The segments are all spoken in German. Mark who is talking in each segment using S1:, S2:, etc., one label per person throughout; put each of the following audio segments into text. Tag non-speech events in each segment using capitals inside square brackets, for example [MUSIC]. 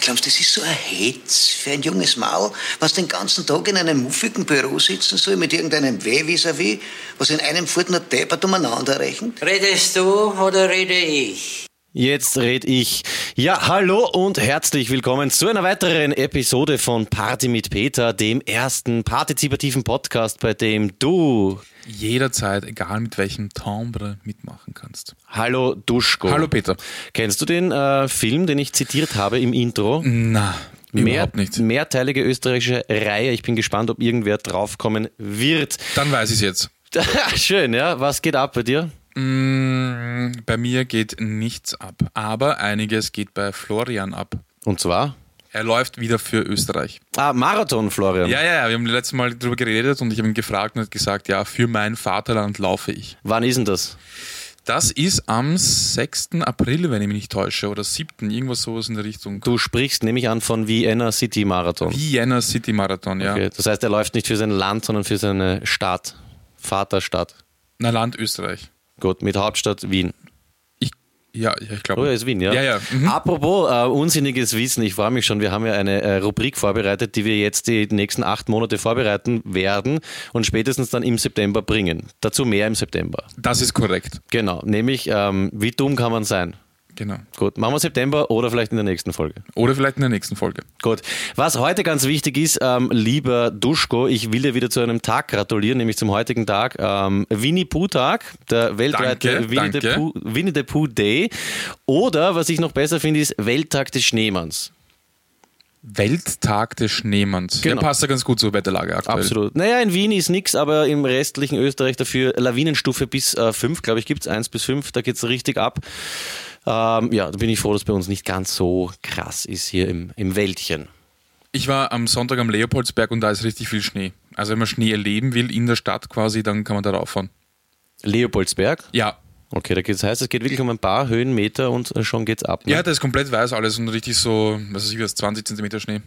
S1: Glauben Sie, das ist so ein Hetz für ein junges Maul, was den ganzen Tag in einem muffigen Büro sitzen soll mit irgendeinem Weh vis-à-vis, was in einem Fort nur deppert umeinander rechnet?
S2: Redest du oder rede ich?
S3: Jetzt red ich. Ja, hallo und herzlich willkommen zu einer weiteren Episode von Party mit Peter, dem ersten partizipativen Podcast, bei dem du,
S4: Jederzeit, egal mit welchem Timbre, mitmachen kannst.
S3: hallo Duschko.
S4: Hallo Peter.
S3: Kennst du den äh, Film, den ich zitiert habe im Intro?
S4: Na,
S3: Mehr,
S4: Hm, überhaupt nicht.
S3: mehrteilige österreichische Reihe. Ich bin gespannt, ob irgendwer draufkommen wird. [LAUGHS]
S4: Dann weiß ich es jetzt.
S3: Schön, ja. Was geht ab bei dir?
S4: Mm, Bei mir geht nichts ab, aber einiges geht bei Florian ab.
S3: Und zwar?
S4: Er läuft wieder für Österreich.
S3: Ah, Marathon, Florian.
S4: Ja, ja, ja, wir haben letztes Mal darüber geredet und ich habe ihn gefragt und er hat gesagt, ja, für mein Vaterland laufe ich.
S3: Wann ist denn das?
S4: Das ist am 6. April, wenn ich mich nicht täusche, oder 7. irgendwas sowas in der Richtung.
S3: Du sprichst, nehme ich an, von Vienna City Marathon.
S4: Vienna City Marathon, ja.
S3: Okay. Das heißt, er läuft nicht für sein Land, sondern für seine Stadt. Vaterstadt.
S4: Na, Land Österreich.
S3: Gut, mit Hauptstadt Wien.
S4: Ich, ja, ja, ich glaube.
S3: Oh, ja, ist Wien, ja.
S4: Ja, ja. Mhm.
S3: Apropos äh, unsinniges Wissen, ich freue mich schon, wir haben ja eine äh, Rubrik vorbereitet, die wir jetzt die nächsten acht Monate vorbereiten werden und spätestens dann im September bringen. Dazu mehr im September.
S4: Das ist korrekt.
S3: Genau, nämlich, ähm, wie dumm kann man sein?
S4: Genau.
S3: Gut, machen wir September oder vielleicht in der nächsten Folge.
S4: Oder vielleicht in der nächsten Folge.
S3: Gut. Was heute ganz wichtig ist, ähm, lieber Duschko, ich will dir wieder zu einem Tag gratulieren, nämlich zum heutigen Tag, ähm, Winnie Pooh Tag, der weltweite
S4: Danke,
S3: Winnie the
S4: danke.
S3: Pooh- Winnie the Pooh Day. Oder, was ich noch besser finde, ist Welttag des Schneemanns.
S4: Welttag des Schneemanns.
S3: Genau.
S4: Der passt ja ganz gut zur Wetterlage aktuell.
S3: Absolut. Naja, in Wien ist nichts, aber im restlichen Österreich dafür Lawinenstufe bis äh, 5, glaube ich, gibt's eins 1 bis 5, da geht's richtig ab. Ähm, ja, da bin ich froh, dass bei uns nicht ganz so krass ist hier im, im Wäldchen.
S4: Ich war am Sonntag am Leopoldsberg und da ist richtig viel Schnee. Also wenn man Schnee erleben will in der Stadt quasi, dann kann man da rauffahren.
S3: Leopoldsberg.
S4: Ja.
S3: Okay, da geht's, heißt, es geht wirklich um ein paar Höhenmeter und äh, schon geht's ab. Ne?
S4: Ja, das ist komplett weiß alles und richtig so, was weiß ich, was, 20 Zentimeter Schnee.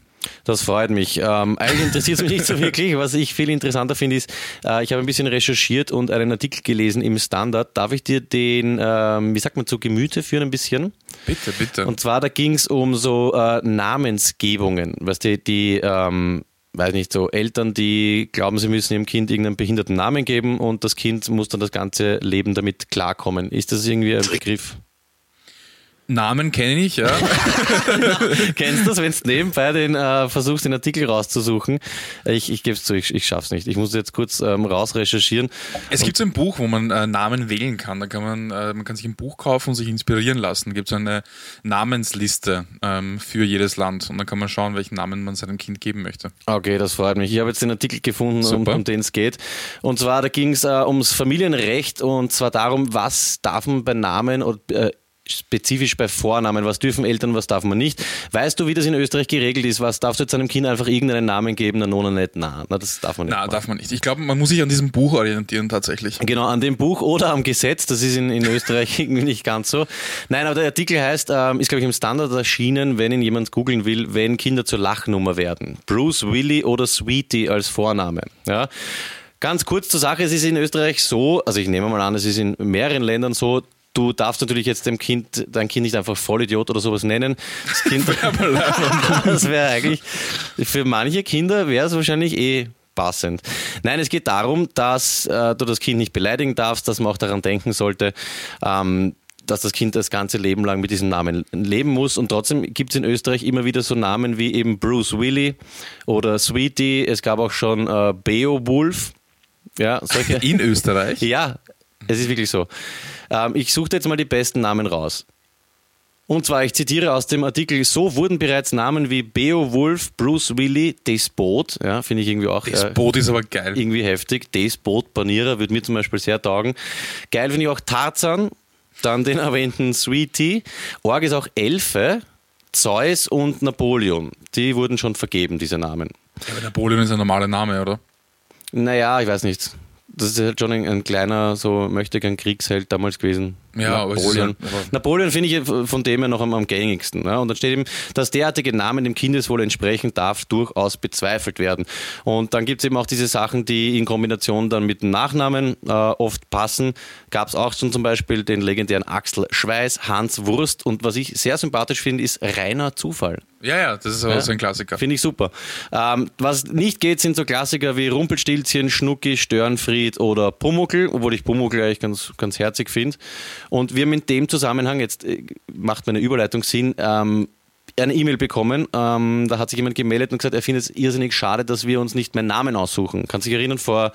S3: Das freut mich. Ähm, eigentlich interessiert es mich nicht so wirklich. Was ich viel interessanter finde, ist, äh, ich habe ein bisschen recherchiert und einen Artikel gelesen im Standard. Darf ich dir den, ähm, wie sagt man, zu Gemüte führen ein bisschen?
S4: Bitte, bitte.
S3: Und zwar, da ging es um so äh, Namensgebungen. Weißt du, die, ähm, weiß nicht, so Eltern, die glauben, sie müssen ihrem Kind irgendeinen behinderten Namen geben und das Kind muss dann das ganze Leben damit klarkommen. Ist das irgendwie ein Begriff?
S4: Namen kenne ich, [LAUGHS] ja.
S3: Kennst du das, wenn du nebenbei den, äh, versuchst, den Artikel rauszusuchen? Ich, ich gebe es zu, ich, ich schaff's nicht. Ich muss jetzt kurz ähm, rausrecherchieren.
S4: es gibt so ein Buch, wo man äh, Namen wählen kann. Da kann man, äh, man kann sich ein Buch kaufen und sich inspirieren lassen. Gibt so eine Namensliste ähm, für jedes Land und dann kann man schauen, welchen Namen man seinem Kind geben möchte.
S3: Okay, das freut mich. Ich habe jetzt den Artikel gefunden, um,
S4: Super.
S3: um den es geht. Und zwar, da ging es äh, ums Familienrecht und zwar darum, was darf man bei Namen oder äh, spezifisch bei Vornamen, was dürfen Eltern, was darf man nicht. Weißt du, wie das in Österreich geregelt ist? Was darfst du jetzt einem Kind einfach irgendeinen Namen geben? Na, nona, nicht, na. Na, das darf man nicht.
S4: Na,
S3: machen.
S4: darf man nicht. Ich glaube, man muss sich an diesem Buch orientieren tatsächlich.
S3: Genau, an dem Buch oder am Gesetz, das ist in, in Österreich [LAUGHS] irgendwie nicht ganz so. Nein, aber der Artikel heißt, ähm, ist glaube ich im Standard erschienen, wenn ihn jemand googeln will, wenn Kinder zur Lachnummer werden. Bruce, Willy oder Sweetie als Vorname. Ja. Ganz kurz zur Sache, es ist in Österreich so, also ich nehme mal an, es ist in mehreren Ländern so, du darfst natürlich jetzt dem Kind, dein Kind nicht einfach Vollidiot oder sowas nennen. Das Kind, [LAUGHS] das wäre eigentlich, für manche Kinder wäre es wahrscheinlich eh passend. Nein, es geht darum, dass äh, du das Kind nicht beleidigen darfst, dass man auch daran denken sollte, ähm, dass das Kind das ganze Leben lang mit diesem Namen leben muss. Und trotzdem gibt es in Österreich immer wieder so Namen wie eben Bruce Willy oder Sweetie. Es gab auch schon äh, Beowulf. Ja,
S4: [LAUGHS]
S3: solche.
S4: In Österreich?
S3: Ja, es ist wirklich so. Ähm, ich suchte jetzt mal die besten Namen raus. Und zwar, ich zitiere aus dem Artikel, so wurden bereits Namen wie Beowulf, Bruce Willy, Despot, ja, finde ich irgendwie auch
S4: Das
S3: äh,
S4: Boot ist aber geil.
S3: irgendwie heftig, Despot, Panierer, würde mir zum Beispiel sehr taugen. Geil finde ich auch Tarzan, dann den erwähnten Sweetie, Org ist auch Elfe, Zeus und Napoleon. Die wurden schon vergeben, diese Namen.
S4: Ja, aber Napoleon ist ein normaler Name, oder?
S3: Naja, ich weiß nicht. Das ist halt schon ein, ein kleiner, so möchte gern Kriegsheld damals gewesen.
S4: Ja, aber es ist
S3: Napoleon.
S4: ja- aber-
S3: Napoleon finde ich von dem her noch am, am gängigsten. Ne? Und dann steht eben, dass derartige Namen dem Kindeswohl entsprechen darf, durchaus bezweifelt werden. Und dann gibt es eben auch diese Sachen, die in Kombination dann mit dem Nachnamen äh, oft passen. Gab es auch schon zum Beispiel den legendären Axel Schweiß, Hans Wurst. Und was ich sehr sympathisch finde, ist reiner Zufall.
S4: Ja, ja, das ist aber so ein Klassiker.
S3: Finde ich super. Ähm, was nicht geht, sind so Klassiker wie Rumpelstilzchen, Schnucki, Störenfried oder Pumuckl, obwohl ich Pumuckl eigentlich ganz, ganz herzig finde. Und wir haben in dem Zusammenhang, jetzt äh, macht meine Überleitung Sinn, ähm, eine E-Mail bekommen. Ähm, da hat sich jemand gemeldet und gesagt, er findet es irrsinnig schade, dass wir uns nicht mehr Namen aussuchen. Kannst dich erinnern, vor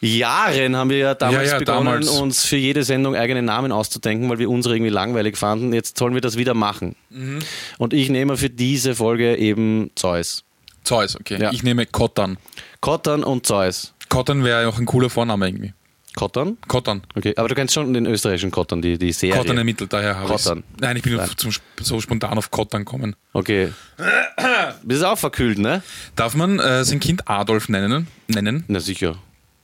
S3: Jahren haben wir ja damals
S4: Ja, ja,
S3: begonnen,
S4: damals.
S3: uns für jede Sendung eigene Namen auszudenken, weil wir unsere irgendwie langweilig fanden. Jetzt sollen wir das wieder machen.
S4: Mhm.
S3: Und ich nehme für diese Folge eben Zeus.
S4: Zeus, okay.
S3: Ja.
S4: Ich nehme Kottan.
S3: Cotton und Zeus.
S4: Kottan wäre ja auch ein cooler Vorname irgendwie.
S3: Cotton?
S4: Kottan.
S3: Okay, aber du kennst schon den österreichischen Cotton, die, die Serie.
S4: Kottan ermittelt, daher habe ich
S3: Kottan.
S4: Nein, ich bin
S3: Nein.
S4: Zum, Sp- so spontan auf Kottan kommen.
S3: Okay. Bist auch verkühlt, ne?
S4: Darf man äh, sein Kind Adolf nennen? nennen?
S3: Na sicher.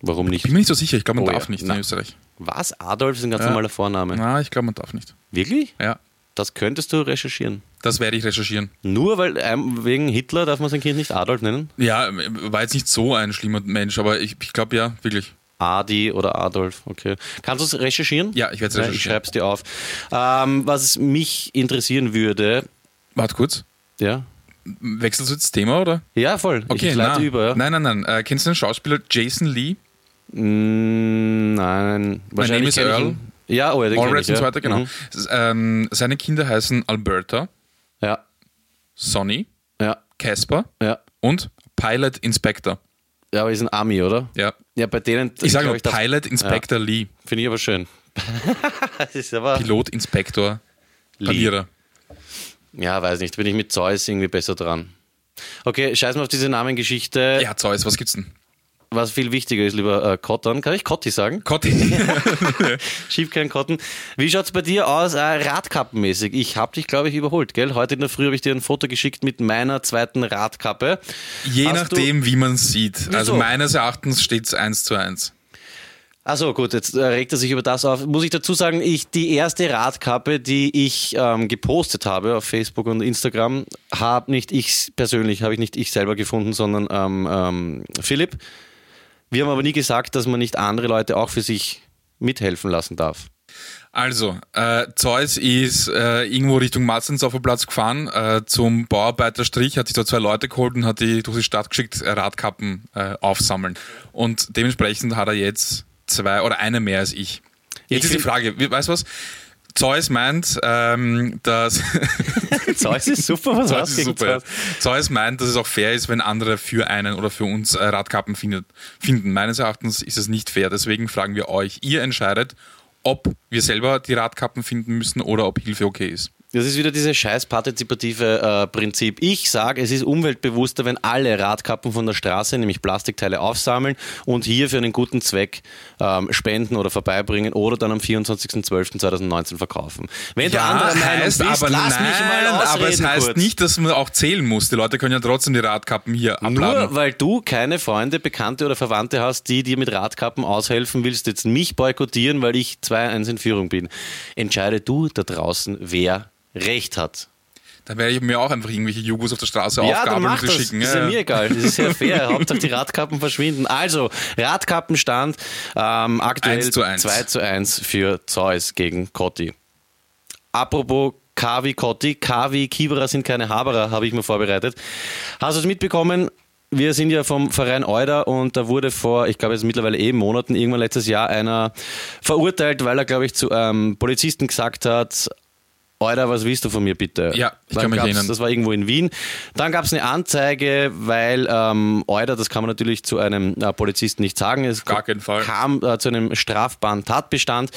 S3: Warum nicht?
S4: Bin mir nicht so sicher, ich glaube, man
S3: Oh ja.
S4: darf nicht
S3: Na.
S4: in Österreich.
S3: Was? Adolf ist ein ganz normaler Vorname.
S4: Na, ich glaube, man darf nicht.
S3: Wirklich?
S4: Ja,
S3: Das könntest du recherchieren.
S4: das werde ich recherchieren.
S3: Nur weil ähm, wegen Hitler darf man sein Kind nicht Adolf nennen?
S4: Ja, äh, war jetzt nicht so ein schlimmer Mensch, aber ich, ich glaube ja, wirklich.
S3: Adi oder Adolf, okay. Kannst du es recherchieren?
S4: Ja, ich werd's
S3: Nein, Ich
S4: recherchieren.
S3: schreib's dir auf. Ähm, was mich interessieren würde,
S4: Warte kurz.
S3: ja.
S4: Wechselst du jetzt Thema, oder?
S3: Ja, voll. ich leite
S4: na.
S3: über. ja.
S4: Nein, nein, nein. Äh, kennst du den Schauspieler Jason Lee?
S3: Mm, nein. Wahrscheinlich
S4: is
S3: kenn ich
S4: Earl.
S3: ihn. Ja, oh ja, den kenn
S4: Allred
S3: ich,
S4: und
S3: ja.
S4: so weiter, genau.
S3: Mhm.
S4: Es ist, Ähm, seine Kinder heißen Alberta,
S3: Ja,
S4: Sonny,
S3: ja,
S4: Casper
S3: ja.
S4: und Pilot Inspector.
S3: Ja, aber ist ein Army, oder?
S4: Ja.
S3: Ja, bei denen.
S4: Ich sage
S3: glaub,
S4: nur
S3: darf-
S4: Pilot Inspector Lee.
S3: Finde ich aber schön. [LAUGHS] das ist aber.
S4: Pilot Inspector
S3: Lee.
S4: Verlierer.
S3: Ja, weiß nicht. Bin ich mit Zeus irgendwie besser dran. Okay, scheiß mal auf diese Namengeschichte.
S4: Ja, Zeus, was gibt's denn?
S3: Was viel wichtiger ist, lieber äh, Cotton. Kann ich Cotti sagen? [LAUGHS]
S4: Cotti.
S3: Schieb keinen Cotton. Wie schaut's bei dir aus, äh, Radkappenmäßig? Ich habe dich, glaube ich, überholt, gell? Heute in der Früh habe ich dir ein Foto geschickt mit meiner zweiten Radkappe.
S4: Je
S3: Hast du-
S4: nachdem, wie man sieht. Also
S3: Wieso?
S4: meines Erachtens steht's eins zu eins.
S3: Achso, gut, jetzt äh, regt er sich über das auf. Muss ich dazu sagen, ich, die erste Radkappe, die ich ähm, gepostet habe auf Facebook und Instagram, habe nicht ich persönlich, habe ich nicht ich selber gefunden, sondern ähm, ähm, Philipp. Wir haben aber nie gesagt, dass man nicht andere Leute auch für sich mithelfen lassen
S4: [LAUGHS]
S3: darf.
S4: Also, äh, Zeus ist äh, irgendwo Richtung Matzensaufer Platz gefahren, äh, zum Bauarbeiterstrich, hat sich da zwei Leute geholt und hat die durch die Stadt geschickt, äh, Radkappen äh, aufsammeln. Und dementsprechend hat er jetzt zwei oder eine mehr als ich. Jetzt
S3: Ich
S4: ist die
S3: find-
S4: Frage, we- weißt du was? Zeus meint, ähm, dass
S3: Zeus ist super, was
S4: Zeus
S3: hast du
S4: ist
S3: gegen
S4: super.
S3: Zeus?
S4: Zeus meint, dass es auch fair ist, wenn andere für einen oder für uns äh, Radkappen findet, finden. Meines Erachtens ist es nicht fair. Deswegen fragen wir euch. Ihr entscheidet, ob wir selber die Radkappen finden müssen oder ob Hilfe okay ist.
S3: Das ist wieder dieses scheiß partizipative äh, Prinzip. Ich sage, es ist umweltbewusster, wenn alle Radkappen von der Straße, nämlich Plastikteile, aufsammeln und hier für einen guten Zweck ähm, spenden oder vorbeibringen oder dann am 24.12.2019 verkaufen. Wenn du anderer Meinung bist, lass mich mal ausreden
S4: aber es heißt
S3: kurz.
S4: nicht, dass man auch zählen muss. Die Leute können ja trotzdem die Radkappen hier abladen.
S3: Nur weil du keine Freunde, Bekannte oder Verwandte hast, die dir mit Radkappen aushelfen, willst du jetzt mich boykottieren, weil ich 2-1 in Führung bin. Entscheide du da draußen, wer Recht hat.
S4: Da werde ich mir auch einfach irgendwelche Jugos auf der Straße
S3: Ja, dann
S4: aufgabeln
S3: mach
S4: und die
S3: das.
S4: schicken.
S3: ist ja, mir egal. Das ist ja fair. [LAUGHS] Hauptsache die Radkappen verschwinden. Also, Radkappenstand ähm, aktuell
S4: 1 zu 1.
S3: 2 zu 1 für Zeus gegen Cotti. Apropos Kavi Cotti, Kavi Kibera sind keine Haberer, habe ich mir vorbereitet. Hast du es mitbekommen? Wir sind ja vom Verein Euder und da wurde vor, ich glaube jetzt mittlerweile eben Monaten, irgendwann letztes Jahr einer verurteilt, weil er, glaube ich, zu einem Polizisten gesagt hat, Euder, was willst du von mir bitte?
S4: Ja, ich
S3: Dann
S4: kann mich
S3: gab's-
S4: erinnern.
S3: Das war irgendwo in Wien. Dann gab es eine Anzeige, weil ähm, Euder, das kann man natürlich zu einem äh, Polizisten nicht sagen, es
S4: Gar keinen Fall.
S3: kam äh, zu einem strafbaren Tatbestand.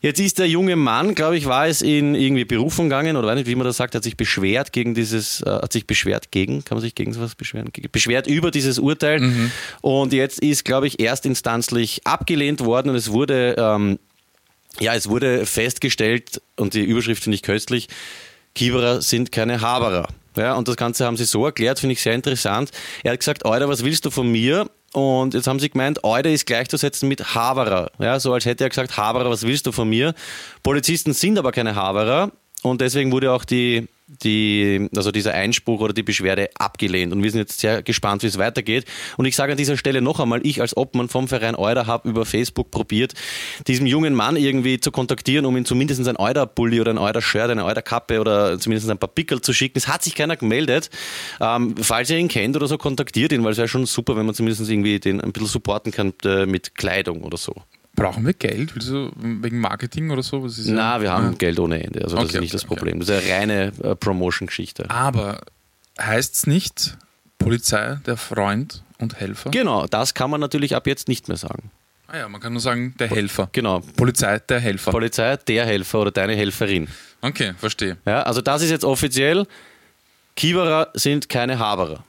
S3: Jetzt ist der junge Mann, glaube ich, war es in irgendwie Berufung gegangen oder weiß nicht, wie man das sagt, hat sich beschwert gegen dieses, äh, hat sich beschwert gegen, kann man sich gegen sowas beschweren? Ge- Beschwert über dieses Urteil.
S4: Mhm.
S3: Und jetzt ist, glaube ich, erstinstanzlich abgelehnt worden und es wurde ähm, ja, es wurde festgestellt, und die Überschrift finde ich köstlich, Kieberer sind keine Haberer. Ja, und das Ganze haben sie so erklärt, finde ich sehr interessant. Er hat gesagt, Euer, was willst du von mir? Und jetzt haben sie gemeint, Eude ist gleichzusetzen mit Haverer. Ja, so als hätte er gesagt, Haverer, was willst du von mir? Polizisten sind aber keine Haverer und deswegen wurde auch die, die, also dieser Einspruch oder die Beschwerde abgelehnt. Und wir sind jetzt sehr gespannt, wie es weitergeht. Und ich sage an dieser Stelle noch einmal, ich als Obmann vom Verein Euder habe über Facebook probiert, diesem jungen Mann irgendwie zu kontaktieren, um ihm zumindest ein Euder-Pulli oder ein Euder-Shirt, eine Euder-Kappe oder zumindest ein paar Pickel zu schicken. Es hat sich keiner gemeldet. Ähm, falls ihr ihn kennt oder so, kontaktiert ihn, weil es wäre schon super, wenn man zumindest irgendwie den ein bisschen supporten kann äh, mit Kleidung oder so.
S4: Brauchen wir Geld? Willst du wegen Marketing oder so? Was ist ja-
S3: Na, wir haben Geld ohne Ende. Also das
S4: Okay,
S3: ist nicht das
S4: okay, okay.
S3: Problem. Das ist eine reine äh, Promotion-Geschichte.
S4: Aber heißt es nicht Polizei, der Freund und
S3: [LAUGHS]
S4: Helfer?
S3: Genau, das kann man natürlich ab jetzt nicht mehr sagen.
S4: ah ja, man kann nur sagen, der Helfer.
S3: Genau.
S4: Polizei, der Helfer.
S3: Polizei, der Helfer oder deine Helferin.
S4: okay, verstehe.
S3: Ja, also das ist jetzt offiziell. Kiewerer sind keine Haberer.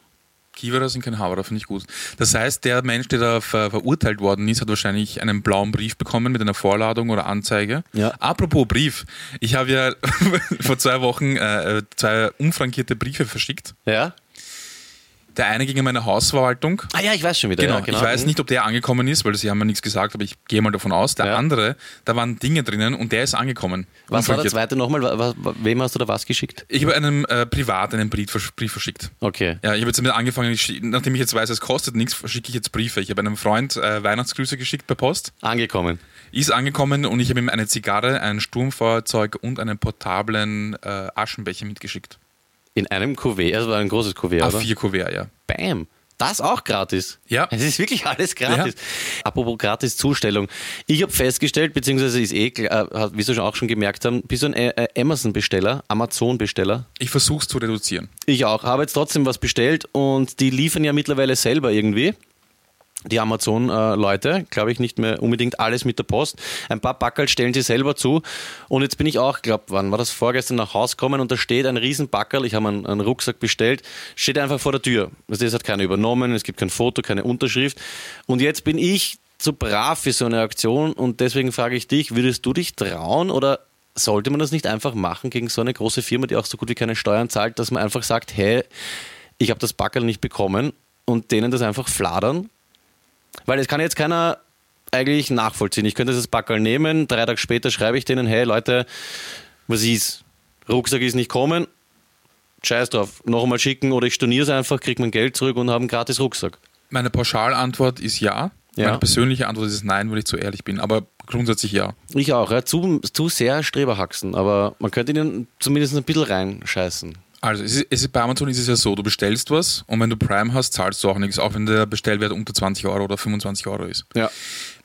S4: Kiewerer sind kein Haberer, finde ich gut. Das heißt, der Mensch, der da ver verurteilt worden ist, hat wahrscheinlich einen blauen Brief bekommen mit einer Vorladung oder Anzeige.
S3: Ja.
S4: Apropos Brief. Ich habe ja [LAUGHS] vor zwei Wochen äh, zwei unfrankierte Briefe verschickt.
S3: Ja?
S4: Der eine gegen meine Hausverwaltung.
S3: Ah ja, ich weiß schon wieder.
S4: Genau,
S3: ja, genau.
S4: ich weiß nicht, ob der angekommen ist, weil sie haben mir nichts gesagt, aber ich gehe mal davon aus. Der
S3: Ja.
S4: andere, da waren Dinge drinnen und der ist angekommen.
S3: Was war der
S4: Unfrankiert.
S3: zweite nochmal? Wa- wa- wa- Wem hast du da was geschickt?
S4: Ich habe einem äh, privat einen Brief, versch- Brief verschickt.
S3: Okay.
S4: Ja, ich habe jetzt damit angefangen, ich, schi- nachdem ich jetzt weiß, es kostet nichts, verschicke ich jetzt Briefe. Ich habe einem Freund äh, Weihnachtsgrüße geschickt per Post,
S3: Angekommen.
S4: ist angekommen und ich habe ihm eine Zigarre, ein Sturmfeuerzeug und einen portablen äh, Aschenbecher mitgeschickt.
S3: In einem Kuvert. Also war ein großes Kuvert, oder?
S4: A4-Kuvert, ja.
S3: Bam. Das auch gratis.
S4: Ja.
S3: Es ist wirklich alles gratis. Apropos gratis Zustellung. Ich habe festgestellt, beziehungsweise ist eh, klar, äh, wie Sie schon auch schon gemerkt haben, bist du ein äh, äh, Amazon-Besteller, Amazon-Besteller?
S4: Ich versuche es zu reduzieren.
S3: Ich auch. Habe jetzt trotzdem was bestellt und die liefern ja mittlerweile selber irgendwie. Die Amazon-Leute, glaube ich, nicht mehr unbedingt alles mit der Post. Ein paar Packerl stellen sie selber zu. Und jetzt bin ich auch, glaube wann war das vorgestern nach Haus gekommen und da steht ein Riesenpackerl, ich habe einen, einen Rucksack bestellt, steht einfach vor der Tür. Also Das hat keiner übernommen, es gibt kein Foto, keine Unterschrift. Und jetzt bin ich zu brav für so eine Aktion und deswegen frage ich dich, würdest du dich trauen oder sollte man das nicht einfach machen gegen so eine große Firma, die auch so gut wie keine Steuern zahlt, dass man einfach sagt, hey, ich habe das Packerl nicht bekommen und denen das einfach fladern? Weil es kann jetzt keiner eigentlich nachvollziehen. Ich könnte das Packerl nehmen, drei Tage später schreibe ich denen, hey Leute, was ist? Rucksack ist nicht kommen, scheiß drauf, noch einmal schicken oder ich storniere es einfach, kriege mein Geld zurück und habe einen gratis Rucksack.
S4: Meine Pauschalantwort ist ja.
S3: Ja.
S4: Meine persönliche Antwort ist nein, weil ich zu ehrlich bin. Aber grundsätzlich ja.
S3: Ich auch, ja, zu, zu sehr Streberhaxen, aber man könnte ihnen zumindest ein bisschen reinscheißen.
S4: Also es ist, es ist, bei Amazon ist es ja so, du bestellst was und wenn du Prime hast, zahlst du auch nichts, auch wenn der Bestellwert unter 20 Euro oder 25 Euro ist.
S3: Ja.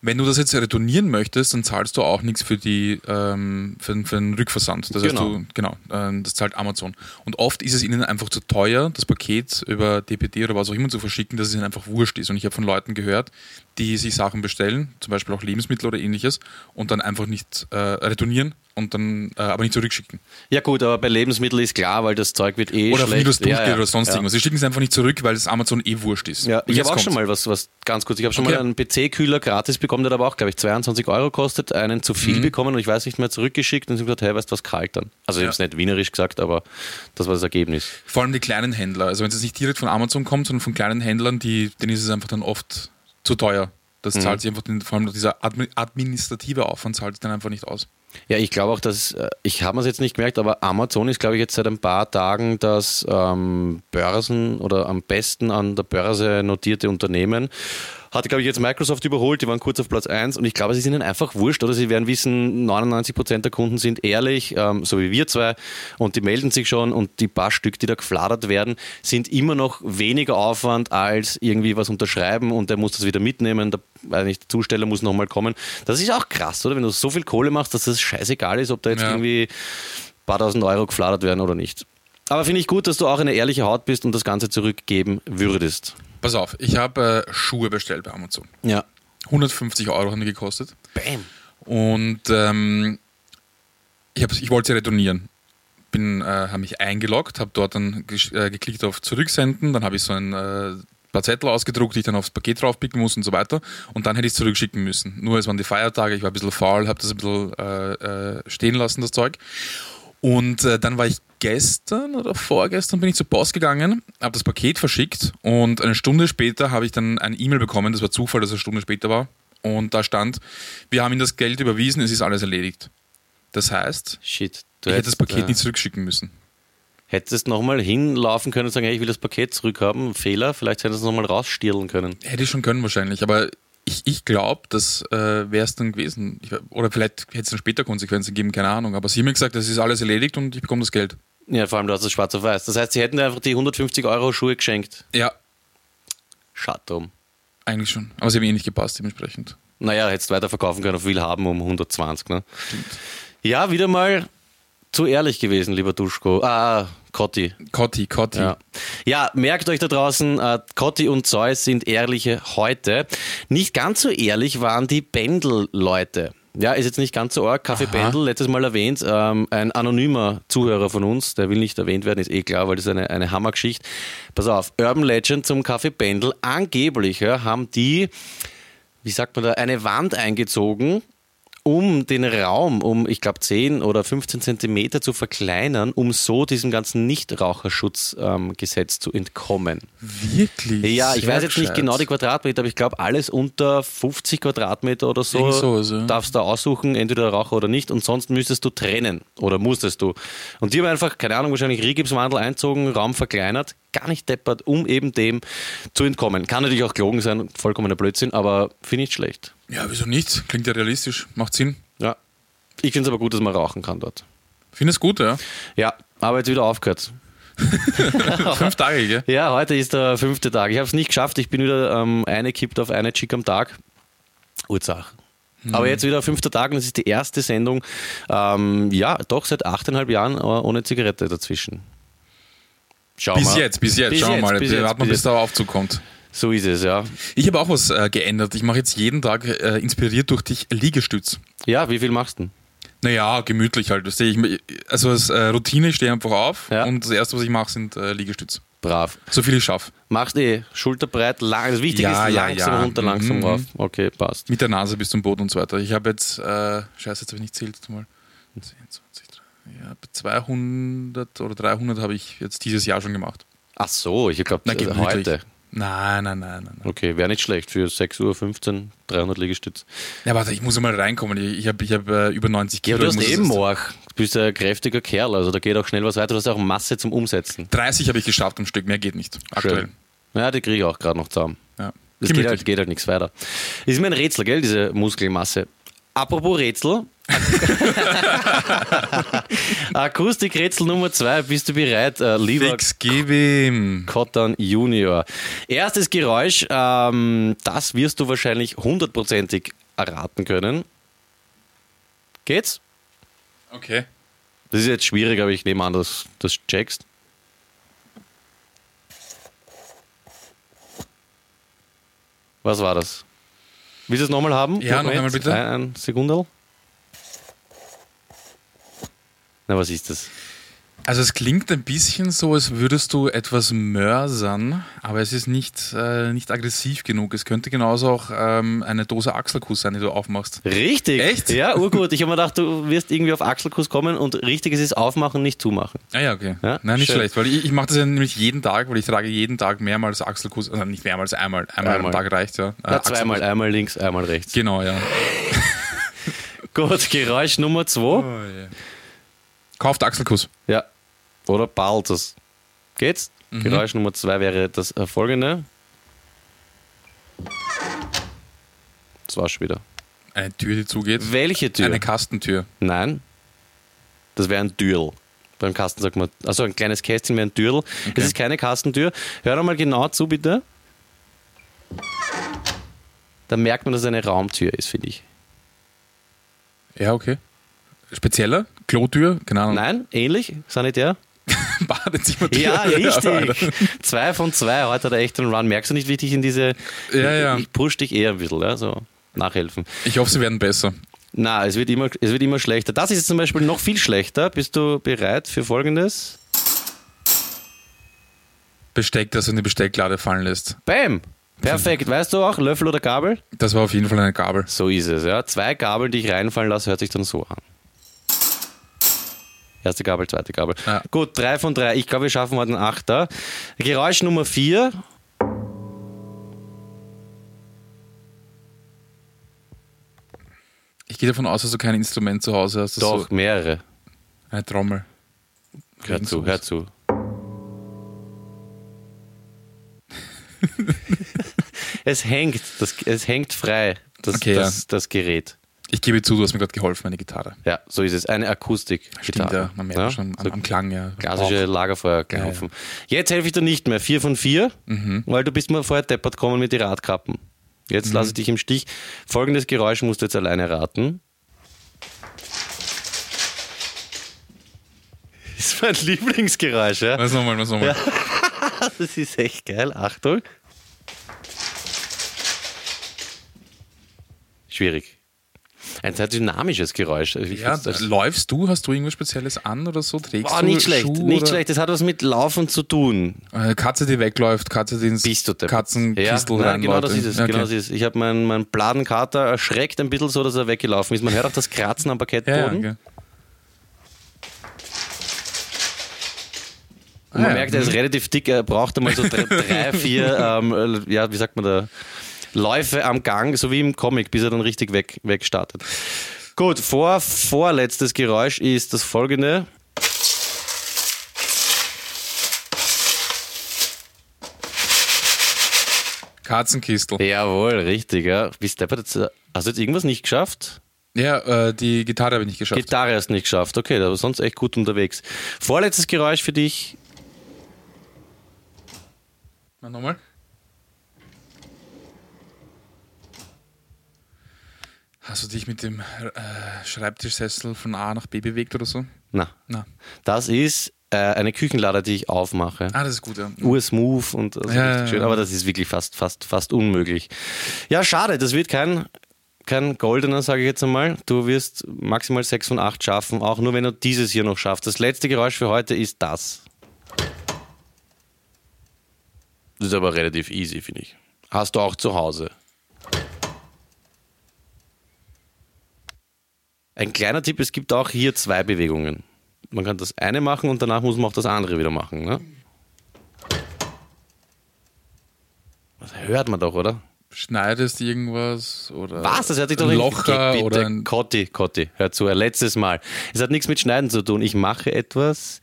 S4: Wenn du das jetzt retournieren möchtest, dann zahlst du auch nichts für, die, ähm, für, den- für den Rückversand. Das heißt,
S3: Genau.
S4: du, genau, ähm, das zahlt Amazon. Und oft ist es ihnen einfach zu teuer, das Paket über DPD oder was auch immer zu verschicken, dass es ihnen einfach wurscht ist. Und ich habe von Leuten gehört, die sich Sachen bestellen, zum Beispiel auch Lebensmittel oder ähnliches, und dann einfach nicht äh, retournieren und dann äh, aber nicht zurückschicken.
S3: Ja gut, aber bei Lebensmitteln ist klar, weil das Zeug wird eh
S4: Oder auf
S3: schlecht.
S4: Minus durchgeht
S3: ja, ja.
S4: oder sonst
S3: ja.
S4: irgendwas. Sie schicken es einfach nicht zurück, weil es Amazon eh wurscht ist.
S3: Ja,
S4: Und
S3: ich
S4: jetzt
S3: habe auch
S4: kommt's.
S3: schon mal was, was ganz kurz. Ich habe schon
S4: Okay.
S3: mal einen PC-Kühler gratis bekommen, der hat aber auch, glaube ich, 22 Euro kostet, einen zu viel bekommen und ich weiß nicht mehr zurückgeschickt und sie haben gesagt, hey, weißt du was, kalt dann. Also ich
S4: Ja.
S3: habe es nicht wienerisch gesagt, aber das war das Ergebnis.
S4: Vor allem die kleinen Händler. Also wenn es jetzt nicht direkt von Amazon kommt, sondern von kleinen Händlern, die, denen ist es einfach dann oft zu teuer.
S3: Mhm.
S4: Das zahlt sich einfach, den, vor allem dieser admi- administrative Aufwand zahlt sich dann einfach nicht aus.
S3: Ja, ich glaube auch, dass, äh, ich habe es jetzt nicht gemerkt, aber Amazon ist, glaube ich, jetzt seit ein paar Tagen das ähm, Börsen oder am besten an der Börse notierte Unternehmen. Hat, glaube ich, jetzt Microsoft überholt, die waren kurz auf Platz 1 und ich glaube, es ist ihnen einfach wurscht, oder? Sie werden wissen, 99 Prozent der Kunden sind ehrlich, ähm, so wie wir zwei, und die melden sich schon und die paar Stück, die da gefladert werden, sind immer noch weniger Aufwand als irgendwie was unterschreiben und der muss das wieder mitnehmen, der, weiß nicht, der Zusteller muss nochmal kommen. Das ist auch krass, oder? Wenn du so viel Kohle machst, dass das scheißegal ist, ob da jetzt
S4: Ja.
S3: irgendwie ein paar tausend Euro gefladert werden oder nicht. Aber finde ich gut, dass du auch eine ehrliche Haut bist und das Ganze zurückgeben würdest.
S4: Pass auf, ich habe äh, Schuhe bestellt bei Amazon.
S3: Ja.
S4: 150 Euro haben die gekostet.
S3: Bam.
S4: Und ähm, ich, hab's- ich wollte sie retournieren. Bin, äh, habe mich eingeloggt, habe dort dann gesch- äh, geklickt auf Zurücksenden, dann habe ich so ein äh, paar Zettel ausgedruckt, die ich dann aufs Paket draufpicken muss und so weiter. Und dann hätte ich es zurückschicken müssen. Nur es waren die Feiertage, ich war ein bisschen faul, habe das ein bisschen äh, äh, stehen lassen, das Zeug. Und äh, dann war ich gestern oder vorgestern bin ich zur Post gegangen, habe das Paket verschickt und eine Stunde später habe ich dann ein E-Mail bekommen. Das war Zufall, dass es eine Stunde später war. Und da stand, wir haben Ihnen das Geld überwiesen, es ist alles erledigt. Das heißt,
S3: Shit.
S4: ich hätte das Paket
S3: äh,
S4: nicht zurückschicken müssen.
S3: Hättest nochmal hinlaufen können und sagen, hey, ich will das Paket zurückhaben. Fehler, vielleicht hätten sie es nochmal rausstirlen können.
S4: Hätte ich schon können wahrscheinlich, aber ich, ich glaube, das äh, wäre es dann gewesen. Ich, wär- oder vielleicht hätte es dann später Konsequenzen gegeben, keine Ahnung. Aber sie haben mir gesagt, das ist alles erledigt und ich bekomme das Geld.
S3: Ja, vor allem, du hast es schwarz auf weiß. Das heißt, sie hätten dir einfach die 150 Euro Schuhe geschenkt.
S4: Ja,
S3: Schade drum.
S4: eigentlich schon. Aber sie haben eh nicht gepasst, dementsprechend.
S3: Naja, hättest weiter verkaufen können auf Willhaben um 120. Ne? Ja, wieder mal zu ehrlich gewesen, lieber Duschko. Ah, Kotti.
S4: Cotti, Cotti.
S3: Ja. ja, merkt euch da draußen, äh, Cotti und Zeus sind ehrliche heute. Nicht ganz so ehrlich waren die Bendel-Leute. Ja, ist jetzt nicht ganz so arg. Kaffee Bendel, letztes Mal erwähnt, ähm, ein anonymer Zuhörer von uns, der will nicht erwähnt werden, ist eh klar, weil das ist eine, eine Hammergeschichte. Pass auf, Urban Legend zum Kaffee Bendel. Angeblich ja, haben die, wie sagt man da, eine Wand eingezogen um den Raum um, ich glaube, 10 oder 15 Zentimeter zu verkleinern, um so diesem ganzen Nichtraucherschutzgesetz ähm, Gesetz zu entkommen.
S4: Wirklich?
S3: Ja, ich
S4: Sehr
S3: weiß jetzt nicht
S4: gescheit.
S3: genau die Quadratmeter, aber ich glaube, alles unter 50 Quadratmeter oder so,
S4: Irgend sowas, ja.
S3: darfst du aussuchen, entweder Raucher oder nicht, und sonst müsstest du trennen oder musstest du. Und die haben einfach, keine Ahnung, wahrscheinlich Rigipswandel einzogen, Raum verkleinert, gar nicht deppert, um eben dem zu entkommen. Kann natürlich auch gelogen sein, vollkommener Blödsinn, aber finde ich nicht schlecht.
S4: Ja, wieso nicht? Klingt ja realistisch, macht Sinn.
S3: Ja. Ich finde es aber gut, dass man rauchen kann dort.
S4: Finde es
S3: [LAUGHS]
S4: gut, ja.
S3: Ja, aber jetzt wieder aufgehört.
S4: Fünf Tage, gell?
S3: Ja, heute ist der fünfte Tag. Ich habe es nicht geschafft. Ich bin wieder ähm, eine kippt auf eine Chick am Tag. Ursache.
S4: Mhm.
S3: Aber jetzt wieder fünfter Tag und es ist die erste Sendung, ähm, ja, doch seit achteinhalb Jahren äh, ohne Zigarette dazwischen. Schauen
S4: Bis jetzt, bis jetzt. Schauen wir mal.
S3: Bis
S4: Wir
S3: jetzt,
S4: warten mal,
S3: bis
S4: bis
S3: jetzt.
S4: der Aufzug kommt.
S3: So ist es, ja.
S4: Ich habe auch was äh, geändert. Ich mache jetzt jeden Tag, äh, inspiriert durch dich, Liegestütz.
S3: Ja, wie viel machst du denn?
S4: Naja, gemütlich halt. Das ich, also als äh, Routine stehe ich einfach auf
S3: Ja.
S4: und das Erste, was ich mache, sind äh, Liegestütz.
S3: Brav.
S4: So viel ich schaffe.
S3: Machst eh Schulterbreit, lang. Das Wichtige
S4: Ja,
S3: ist
S4: ja,
S3: langsam
S4: ja.
S3: runter, langsam
S4: Mhm.
S3: rauf. Okay, passt.
S4: Mit der Nase bis zum Boden und so weiter. Ich habe jetzt, äh, scheiße, jetzt habe ich nicht zählt. Warte Mal. 10, 20, 30, ja, bei 200 oder 300 habe ich jetzt dieses Jahr schon gemacht.
S3: Ach so, ich glaube,
S4: Na, gemütlich.
S3: Also heute.
S4: Nein, nein, nein, nein. nein.
S3: Okay, wäre nicht schlecht für 6.15 Uhr, 300 Liegestütz.
S4: Ja, warte, ich muss mal reinkommen. Ich, ich habe ich hab, äh, über 90
S3: Ja,
S4: Kilo.
S3: du
S4: Ich
S3: hast
S4: muss
S3: eben
S4: das-
S3: auch. Du bist ein kräftiger Kerl, also da geht auch schnell was weiter. Du hast auch Masse zum Umsetzen.
S4: 30 habe ich geschafft am Stück, mehr geht nicht. Aktuell.
S3: Ja, die kriege ich auch gerade noch zusammen.
S4: Ja.
S3: Das geht halt, geht halt nichts weiter. Ist mir ein Rätsel, gell, diese Muskelmasse. Apropos
S4: [LAUGHS]
S3: Rätsel. [LAUGHS] Akustikrätsel Nummer zwei. Bist du bereit, äh, lieber
S4: Fix, gib ihm.
S3: Cotton Junior. Erstes Geräusch, ähm, das wirst du wahrscheinlich hundertprozentig erraten können. Geht's?
S4: Okay.
S3: Das ist jetzt schwierig, aber ich nehme an, dass du das checkst. Was war das? Willst du es nochmal haben?
S4: Ja, noch
S3: Moment.
S4: einmal bitte.
S3: Ein, ein Sekundel. Na, was ist das?
S4: Also es klingt ein bisschen so, als würdest du etwas mörsern, aber es ist nicht, äh, nicht aggressiv genug. Es könnte genauso auch ähm, eine Dose Achselkuss sein, die du aufmachst.
S3: Richtig.
S4: Echt?
S3: Ja, urgut. Ich habe mir gedacht, du wirst irgendwie auf Achselkuss kommen und richtig ist es aufmachen, nicht zumachen.
S4: Ah ja, okay.
S3: Ja,
S4: Nein, nicht
S3: schön.
S4: schlecht, weil ich, ich mache das ja nämlich jeden Tag, weil ich trage jeden Tag mehrmals Achselkuss, also nicht mehrmals, einmal. Einmal,
S3: Einmal.
S4: am Tag reicht, ja. Äh,
S3: Na, zweimal,
S4: Achselkuss.
S3: einmal links, einmal rechts.
S4: Genau, ja.
S3: [LAUGHS] Gut, Geräusch Nummer zwei.
S4: Kauft Achselkuss.
S3: Ja. Oder Balzers. Geht's? Geräusch Nummer zwei wäre das äh, folgende. Das war's schon wieder.
S4: Eine Tür, die zugeht.
S3: Welche Tür?
S4: Eine Kastentür.
S3: Nein. Das wäre ein Dürl. Beim Kasten sagt man, also ein kleines Kästchen wäre ein Dürl. Es ist keine Kastentür. Hör doch mal genau zu, bitte. Dann merkt man, dass es eine Raumtür ist, finde ich.
S4: Ja, okay. Spezieller? Klotür? Keine Ahnung.
S3: Nein, ähnlich, sanitär.
S4: [LAUGHS] Badezimmertür. [LAUGHS]
S3: Ja,
S4: Alter.
S3: richtig. zwei von zwei. Heute hat er echt einen Run. Merkst du nicht, wie ich dich in diese.
S4: Ja, ja.
S3: Ich, ich push dich eher ein bisschen, ja, so nachhelfen.
S4: Ich hoffe, sie werden besser.
S3: Na, es wird, immer, es wird immer schlechter. Das ist jetzt zum Beispiel noch viel schlechter. Bist du bereit für folgendes?
S4: Besteck, das du in die Bestecklade fallen lässt.
S3: Bam! Perfekt. Weißt du auch, Löffel oder Gabel?
S4: Das war auf jeden Fall eine Gabel.
S3: So ist es, ja. Zwei Gabeln, die ich reinfallen lasse, hört sich dann so an. Erste Gabel, zweite Gabel.
S4: Ja.
S3: Gut, drei von drei. Ich glaube, wir schaffen heute einen Achter. Geräusch Nummer vier.
S4: Ich gehe davon aus, dass du kein Instrument zu Hause hast. Das ist
S3: Doch,
S4: So
S3: mehrere.
S4: eine Trommel.
S3: Hör
S4: Irgend
S3: zu,
S4: sowas.
S3: hör
S4: [LAUGHS]
S3: zu. es hängt, das, es hängt frei, das,
S4: Okay,
S3: das, das Gerät.
S4: Ich gebe zu, du hast mir gerade geholfen, eine Gitarre.
S3: Ja, so ist es. Eine Akustik.
S4: Stimmt, ja. Man merkt schon am,
S3: so
S4: am Klang, ja.
S3: klassische Lagerfeuerklaufen. Jetzt helfe ich dir nicht mehr. Vier von vier,
S4: Mhm.
S3: weil du bist mal vorher deppert kommen mit den Radkappen. Jetzt
S4: Mhm.
S3: lasse ich dich im Stich. Folgendes Geräusch musst du jetzt alleine raten. [LAUGHS] Das ist mein Lieblingsgeräusch, ja?
S4: Was nochmal, was nochmal.
S3: Das ist echt geil. Achtung. Schwierig. Ein sehr dynamisches Geräusch. Ich
S4: Ja,
S3: find's das-
S4: läufst du? Hast du irgendwas Spezielles an oder so? Trägst
S3: Boah,
S4: du
S3: nicht schlecht,
S4: Schuh
S3: nicht
S4: oder?
S3: schlecht. Das hat was mit Laufen zu tun.
S4: Äh, Katze, die wegläuft, Katze, die ins
S3: Bist du der ja,
S4: Katzenkistel
S3: nein,
S4: reinläuft.
S3: genau das ist es.
S4: Okay.
S3: Genau das ist es. Ich habe meinen meinen Bladenkater erschreckt ein bisschen so, dass er weggelaufen ist. Man hört auch das Kratzen am
S4: Ja, ja,
S3: Parkettboden.
S4: okay.
S3: Und man
S4: Ah, ja.
S3: merkt, er ist relativ dick, er braucht einmal so [LAUGHS] drei, drei vier, ähm, äh, ja, wie sagt man da, Läufe am Gang, so wie im Comic, bis er dann richtig weg, wegstartet. Gut, vor, vorletztes Geräusch ist das folgende.
S4: Katzenkistel.
S3: Jawohl, richtig, ja. Bist du deppert, jetzt- äh, hast du jetzt irgendwas nicht geschafft?
S4: Ja, äh, die Gitarre habe ich nicht geschafft.
S3: Gitarre hast du nicht geschafft, okay, aber sonst echt gut unterwegs. Vorletztes Geräusch für dich.
S4: Na, nochmal. Hast du dich mit dem äh, Schreibtischsessel von A nach B bewegt oder so?
S3: Na,
S4: Na.
S3: das ist äh, eine Küchenlade, die ich aufmache.
S4: Ah, das ist gut, ja.
S3: Ursmooth und also
S4: Ja,
S3: richtig
S4: ja,
S3: schön.
S4: ja.
S3: Aber das ist wirklich fast, fast, fast unmöglich. Ja, schade, das wird kein, kein goldener, sage ich jetzt einmal. Du wirst maximal 6 von 8 schaffen, auch nur wenn du dieses hier noch schaffst. Das letzte Geräusch für heute ist das. Das ist aber relativ easy, finde ich. Hast du auch zu Hause. Ein kleiner Tipp, es gibt auch hier zwei Bewegungen. Man kann das eine machen und danach muss man auch das andere wieder machen. Ne? Das hört man doch, oder?
S4: Schneidest du irgendwas oder
S3: Was? Das hört sich doch
S4: ein
S3: nicht- Geh,
S4: Locher
S3: bitte,
S4: oder ein
S3: Kotti, Kotti, hör zu, ein letztes Mal. Es hat nichts mit Schneiden zu tun. Ich mache etwas.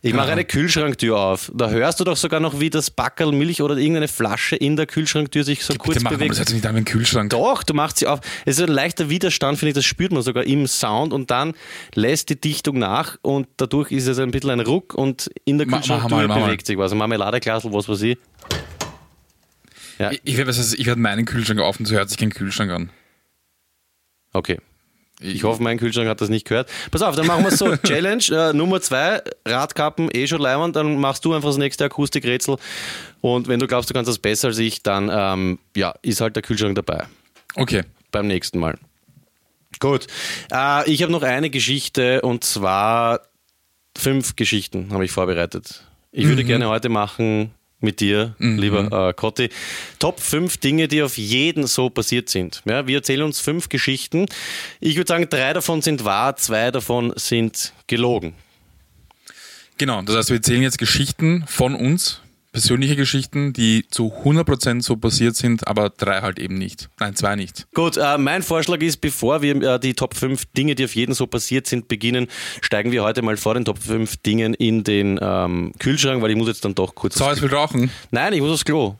S3: Ich mache eine Kühlschranktür auf. Da hörst du doch sogar noch, wie das Backerl Milch oder irgendeine Flasche in der Kühlschranktür sich so kurz
S4: Bitte mach mal,
S3: bewegt.
S4: das hört sich nicht an wie ein Kühlschrank.
S3: Doch, du machst sie auf. Es ist ein leichter Widerstand, finde ich, das spürt man sogar im Sound und dann lässt die Dichtung nach und dadurch ist es ein bisschen ein Ruck und in der
S4: Ma- mach
S3: Kühlschranktür
S4: mal, mach mal.
S3: bewegt sich was. Ein Marmeladeglasel, was weiß ich. Ja,
S4: Ich, ich, werd- was heißt, ich werde meinen Kühlschrank auf und so hört sich kein Kühlschrank an.
S3: okay. Ich hoffe, mein Kühlschrank hat das nicht gehört. Pass auf, dann machen wir es
S4: [LAUGHS]
S3: so. Challenge äh, Nummer zwei, Radkappen, eh schon leiwand, dann machst du einfach das nächste Akustikrätsel. Und wenn du glaubst, du kannst das besser als ich, dann ähm, ja, ist halt der Kühlschrank dabei.
S4: Okay.
S3: beim nächsten Mal. Gut. Äh, ich habe noch eine Geschichte und zwar fünf Geschichten habe ich vorbereitet. Ich würde gerne heute machen mit dir, lieber äh, Kotti, Top 5 Dinge, die auf jeden so passiert sind. Ja, wir erzählen uns fünf Geschichten. Ich würde sagen, drei davon sind wahr, zwei davon sind gelogen.
S4: Genau, das heißt, wir erzählen jetzt Geschichten von uns, persönliche Geschichten, die zu 100% so passiert sind, aber drei halt eben nicht. Nein, zwei nicht.
S3: Gut, äh, mein Vorschlag ist, bevor wir äh, die Top 5 Dinge, die auf jeden so passiert sind, beginnen, steigen wir heute mal vor den Top 5 Dingen in den ähm, Kühlschrank, weil ich muss jetzt dann doch kurz...
S4: So,
S3: aufs
S4: jetzt will rauchen.
S3: Nein, ich muss aufs Klo.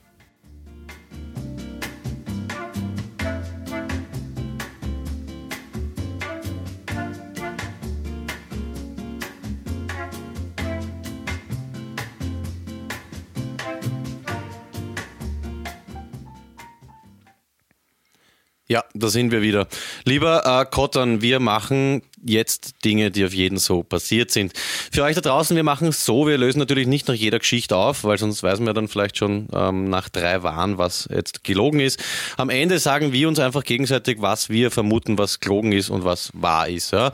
S3: Ja, da sind wir wieder. Lieber äh, Cotton, wir machen jetzt Dinge, die auf jeden so passiert sind. Für euch da draußen, wir machen es so, wir lösen natürlich nicht nach jeder Geschichte auf, weil sonst weiß man ja dann vielleicht schon ähm, nach drei Waren, was jetzt gelogen ist. Am Ende sagen wir uns einfach gegenseitig, was wir vermuten, was gelogen ist und was wahr ist. Ja?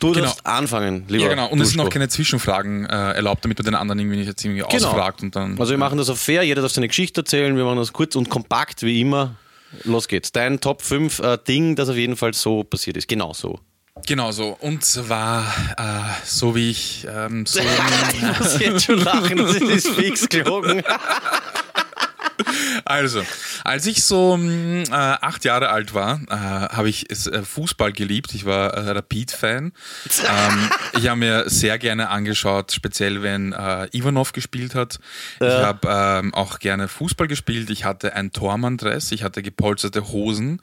S3: Du
S4: Genau.
S3: darfst anfangen, lieber
S4: Ja, genau. Und es sind auch
S3: Duschko.
S4: keine Zwischenfragen äh, erlaubt, damit man den anderen irgendwie nicht jetzt
S3: Genau.
S4: irgendwie ausfragt und dann.
S3: Also wir machen das auf fair, jeder darf seine Geschichte erzählen, wir machen das kurz und kompakt wie immer. Los geht's. Dein Top 5 äh, Ding, das auf jeden Fall so passiert ist. Genau so. [LAUGHS]
S4: Genau so. Und zwar, äh, so wie ich, ähm,
S3: [LAUGHS]
S4: so,
S3: muss jetzt schon lachen, das ist fix gelogen.
S4: also, als ich so mh, äh, acht Jahre alt war, äh, habe ich es, äh, Fußball geliebt. Ich war äh, Rapid-Fan. Ähm, ich habe mir sehr gerne angeschaut, speziell wenn äh, Ivanov gespielt hat. Ich habe ähm, auch gerne Fußball gespielt. Ich hatte ein Tormann-Dress, ich hatte gepolsterte Hosen.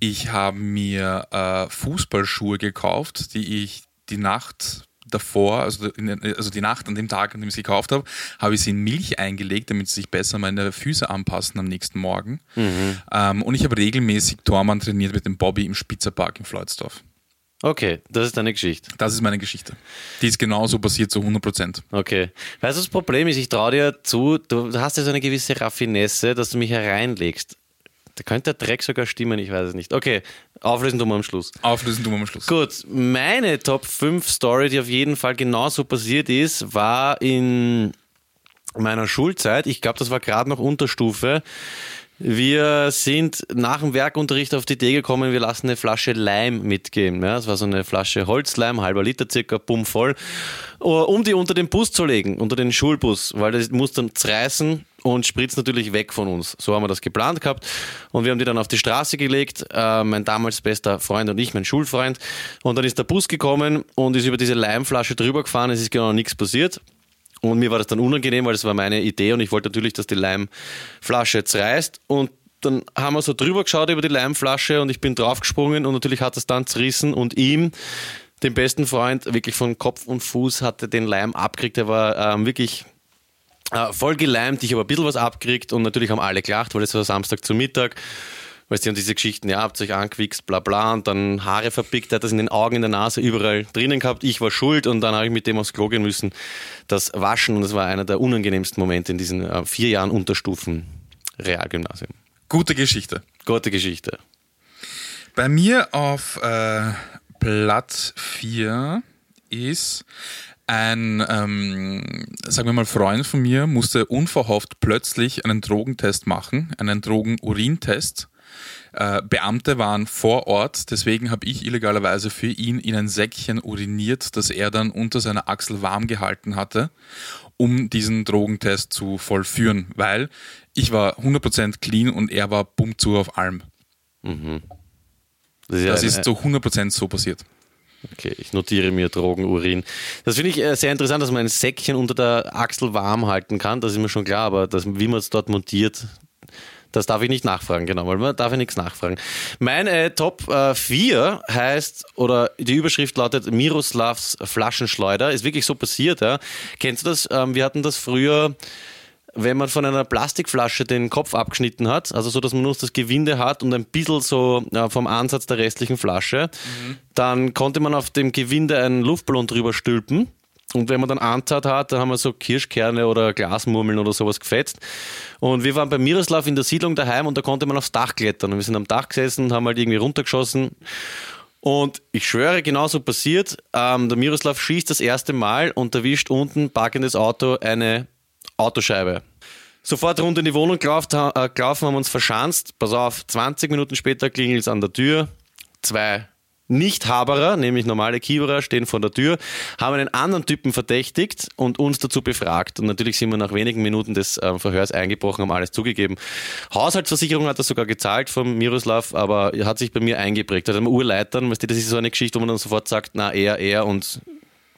S4: Ich habe mir äh, Fußballschuhe gekauft, die ich die Nacht davor, also, in, also die Nacht an dem Tag, an dem ich sie gekauft habe, habe ich sie in Milch eingelegt, damit sie sich besser meine Füße anpassen am nächsten Morgen. Ähm, und ich habe regelmäßig Tormann trainiert mit dem Bobby im Spitzerpark in Floydsdorf.
S3: Okay, das ist deine Geschichte.
S4: Das ist meine Geschichte. Die ist genauso passiert zu 100 Prozent.
S3: Okay. Weißt du, das Problem ist, ich traue dir zu, du hast ja so eine gewisse Raffinesse, dass du mich hereinlegst. Da könnte der Dreck sogar stimmen, ich weiß es nicht. Okay, auflösen tun wir am Schluss.
S4: Auflösen tun wir um am Schluss.
S3: Gut, meine Top 5 Story, die auf jeden Fall genauso passiert ist, war in meiner Schulzeit. Ich glaube, das war gerade noch Unterstufe. Wir sind nach dem Werkunterricht auf die Idee gekommen, wir lassen eine Flasche Leim mitgehen. Ja, das war so eine Flasche Holzleim, halber Liter circa, bumm voll, um die unter den Bus zu legen, unter den Schulbus, weil das muss dann zerreißen und spritzt natürlich weg von uns. So haben wir das geplant gehabt und wir haben die dann auf die Straße gelegt, äh, mein damals bester Freund und ich, mein Schulfreund. Und dann ist der Bus gekommen und ist über diese Leimflasche drüber gefahren, es ist genau nichts passiert. Und mir war das dann unangenehm, weil das war meine Idee und ich wollte natürlich, dass die Leimflasche zerreißt. Und dann haben wir so drüber geschaut über die Leimflasche und ich bin draufgesprungen und natürlich hat das dann zerrissen und ihm, dem besten Freund, wirklich von Kopf und Fuß hatte den Leim abgekriegt. Er war ähm, wirklich äh, voll geleimt. Ich habe ein bisschen was abgekriegt und natürlich haben alle gelacht, weil es war Samstag zu Mittag. Weißt du, und diese Geschichten, ja, habt euch angewichst, bla bla, und dann Haare verpickt, hat das in den Augen, in der Nase, überall drinnen gehabt. Ich war schuld und dann habe ich mit dem aufs Klo gehen müssen. Das Waschen, und das war einer der unangenehmsten Momente in diesen äh, vier Jahren Unterstufen Realgymnasium.
S4: Gute Geschichte.
S3: Gute Geschichte.
S4: Bei mir auf äh, Platz 4 ist ein, ähm, sagen wir mal, Freund von mir musste unverhofft plötzlich einen Drogentest machen, einen Drogenurintest. Äh, Beamte waren vor Ort, deswegen habe ich illegalerweise für ihn in ein Säckchen uriniert, das er dann unter seiner Achsel warm gehalten hatte, um diesen Drogentest zu vollführen, weil ich war 100% clean und er war bumm zu auf allem.
S3: Das ist, ja
S4: Das
S3: eine-
S4: ist zu 100% so passiert.
S3: Okay, ich notiere mir Drogenurin. Das finde ich äh, sehr interessant, dass man ein Säckchen unter der Achsel warm halten kann. Das ist mir schon klar, aber das, wie man es dort montiert, das darf ich nicht nachfragen, genau, weil man darf ja nichts nachfragen. Mein äh, Top äh, 4 heißt, oder die Überschrift lautet Miroslavs Flaschenschleuder. Ist wirklich so passiert, ja. Kennst du das? Ähm, wir hatten das früher wenn man von einer Plastikflasche den Kopf abgeschnitten hat, also so, dass man nur das Gewinde hat und ein bisschen so ja, vom Ansatz der restlichen Flasche, dann konnte man auf dem Gewinde einen Luftballon drüber stülpen. Und wenn man dann Antat hat, dann haben wir so Kirschkerne oder Glasmurmeln oder sowas gefetzt. Und wir waren bei Miroslav in der Siedlung daheim und da konnte man aufs Dach klettern. Und wir sind am Dach gesessen und haben halt irgendwie runtergeschossen. Und ich schwöre, genauso passiert. Ähm, der Miroslav schießt das erste Mal und erwischt unten parkendes Auto eine Autoscheibe. Sofort rund in die Wohnung gelaufen, äh, gelaufen haben uns verschanzt. Pass auf, 20 Minuten später klingelt es an der Tür. Zwei Nicht-Haberer, nämlich normale Kieberer, stehen vor der Tür, haben einen anderen Typen verdächtigt und uns dazu befragt. Und natürlich sind wir nach wenigen Minuten des ähm, Verhörs eingebrochen, haben alles zugegeben. Haushaltsversicherung hat das sogar gezahlt vom Miroslav, aber hat sich bei mir eingeprägt. Hat am Urleitern, weißt du, das ist so eine Geschichte, wo man dann sofort sagt, na, er, er und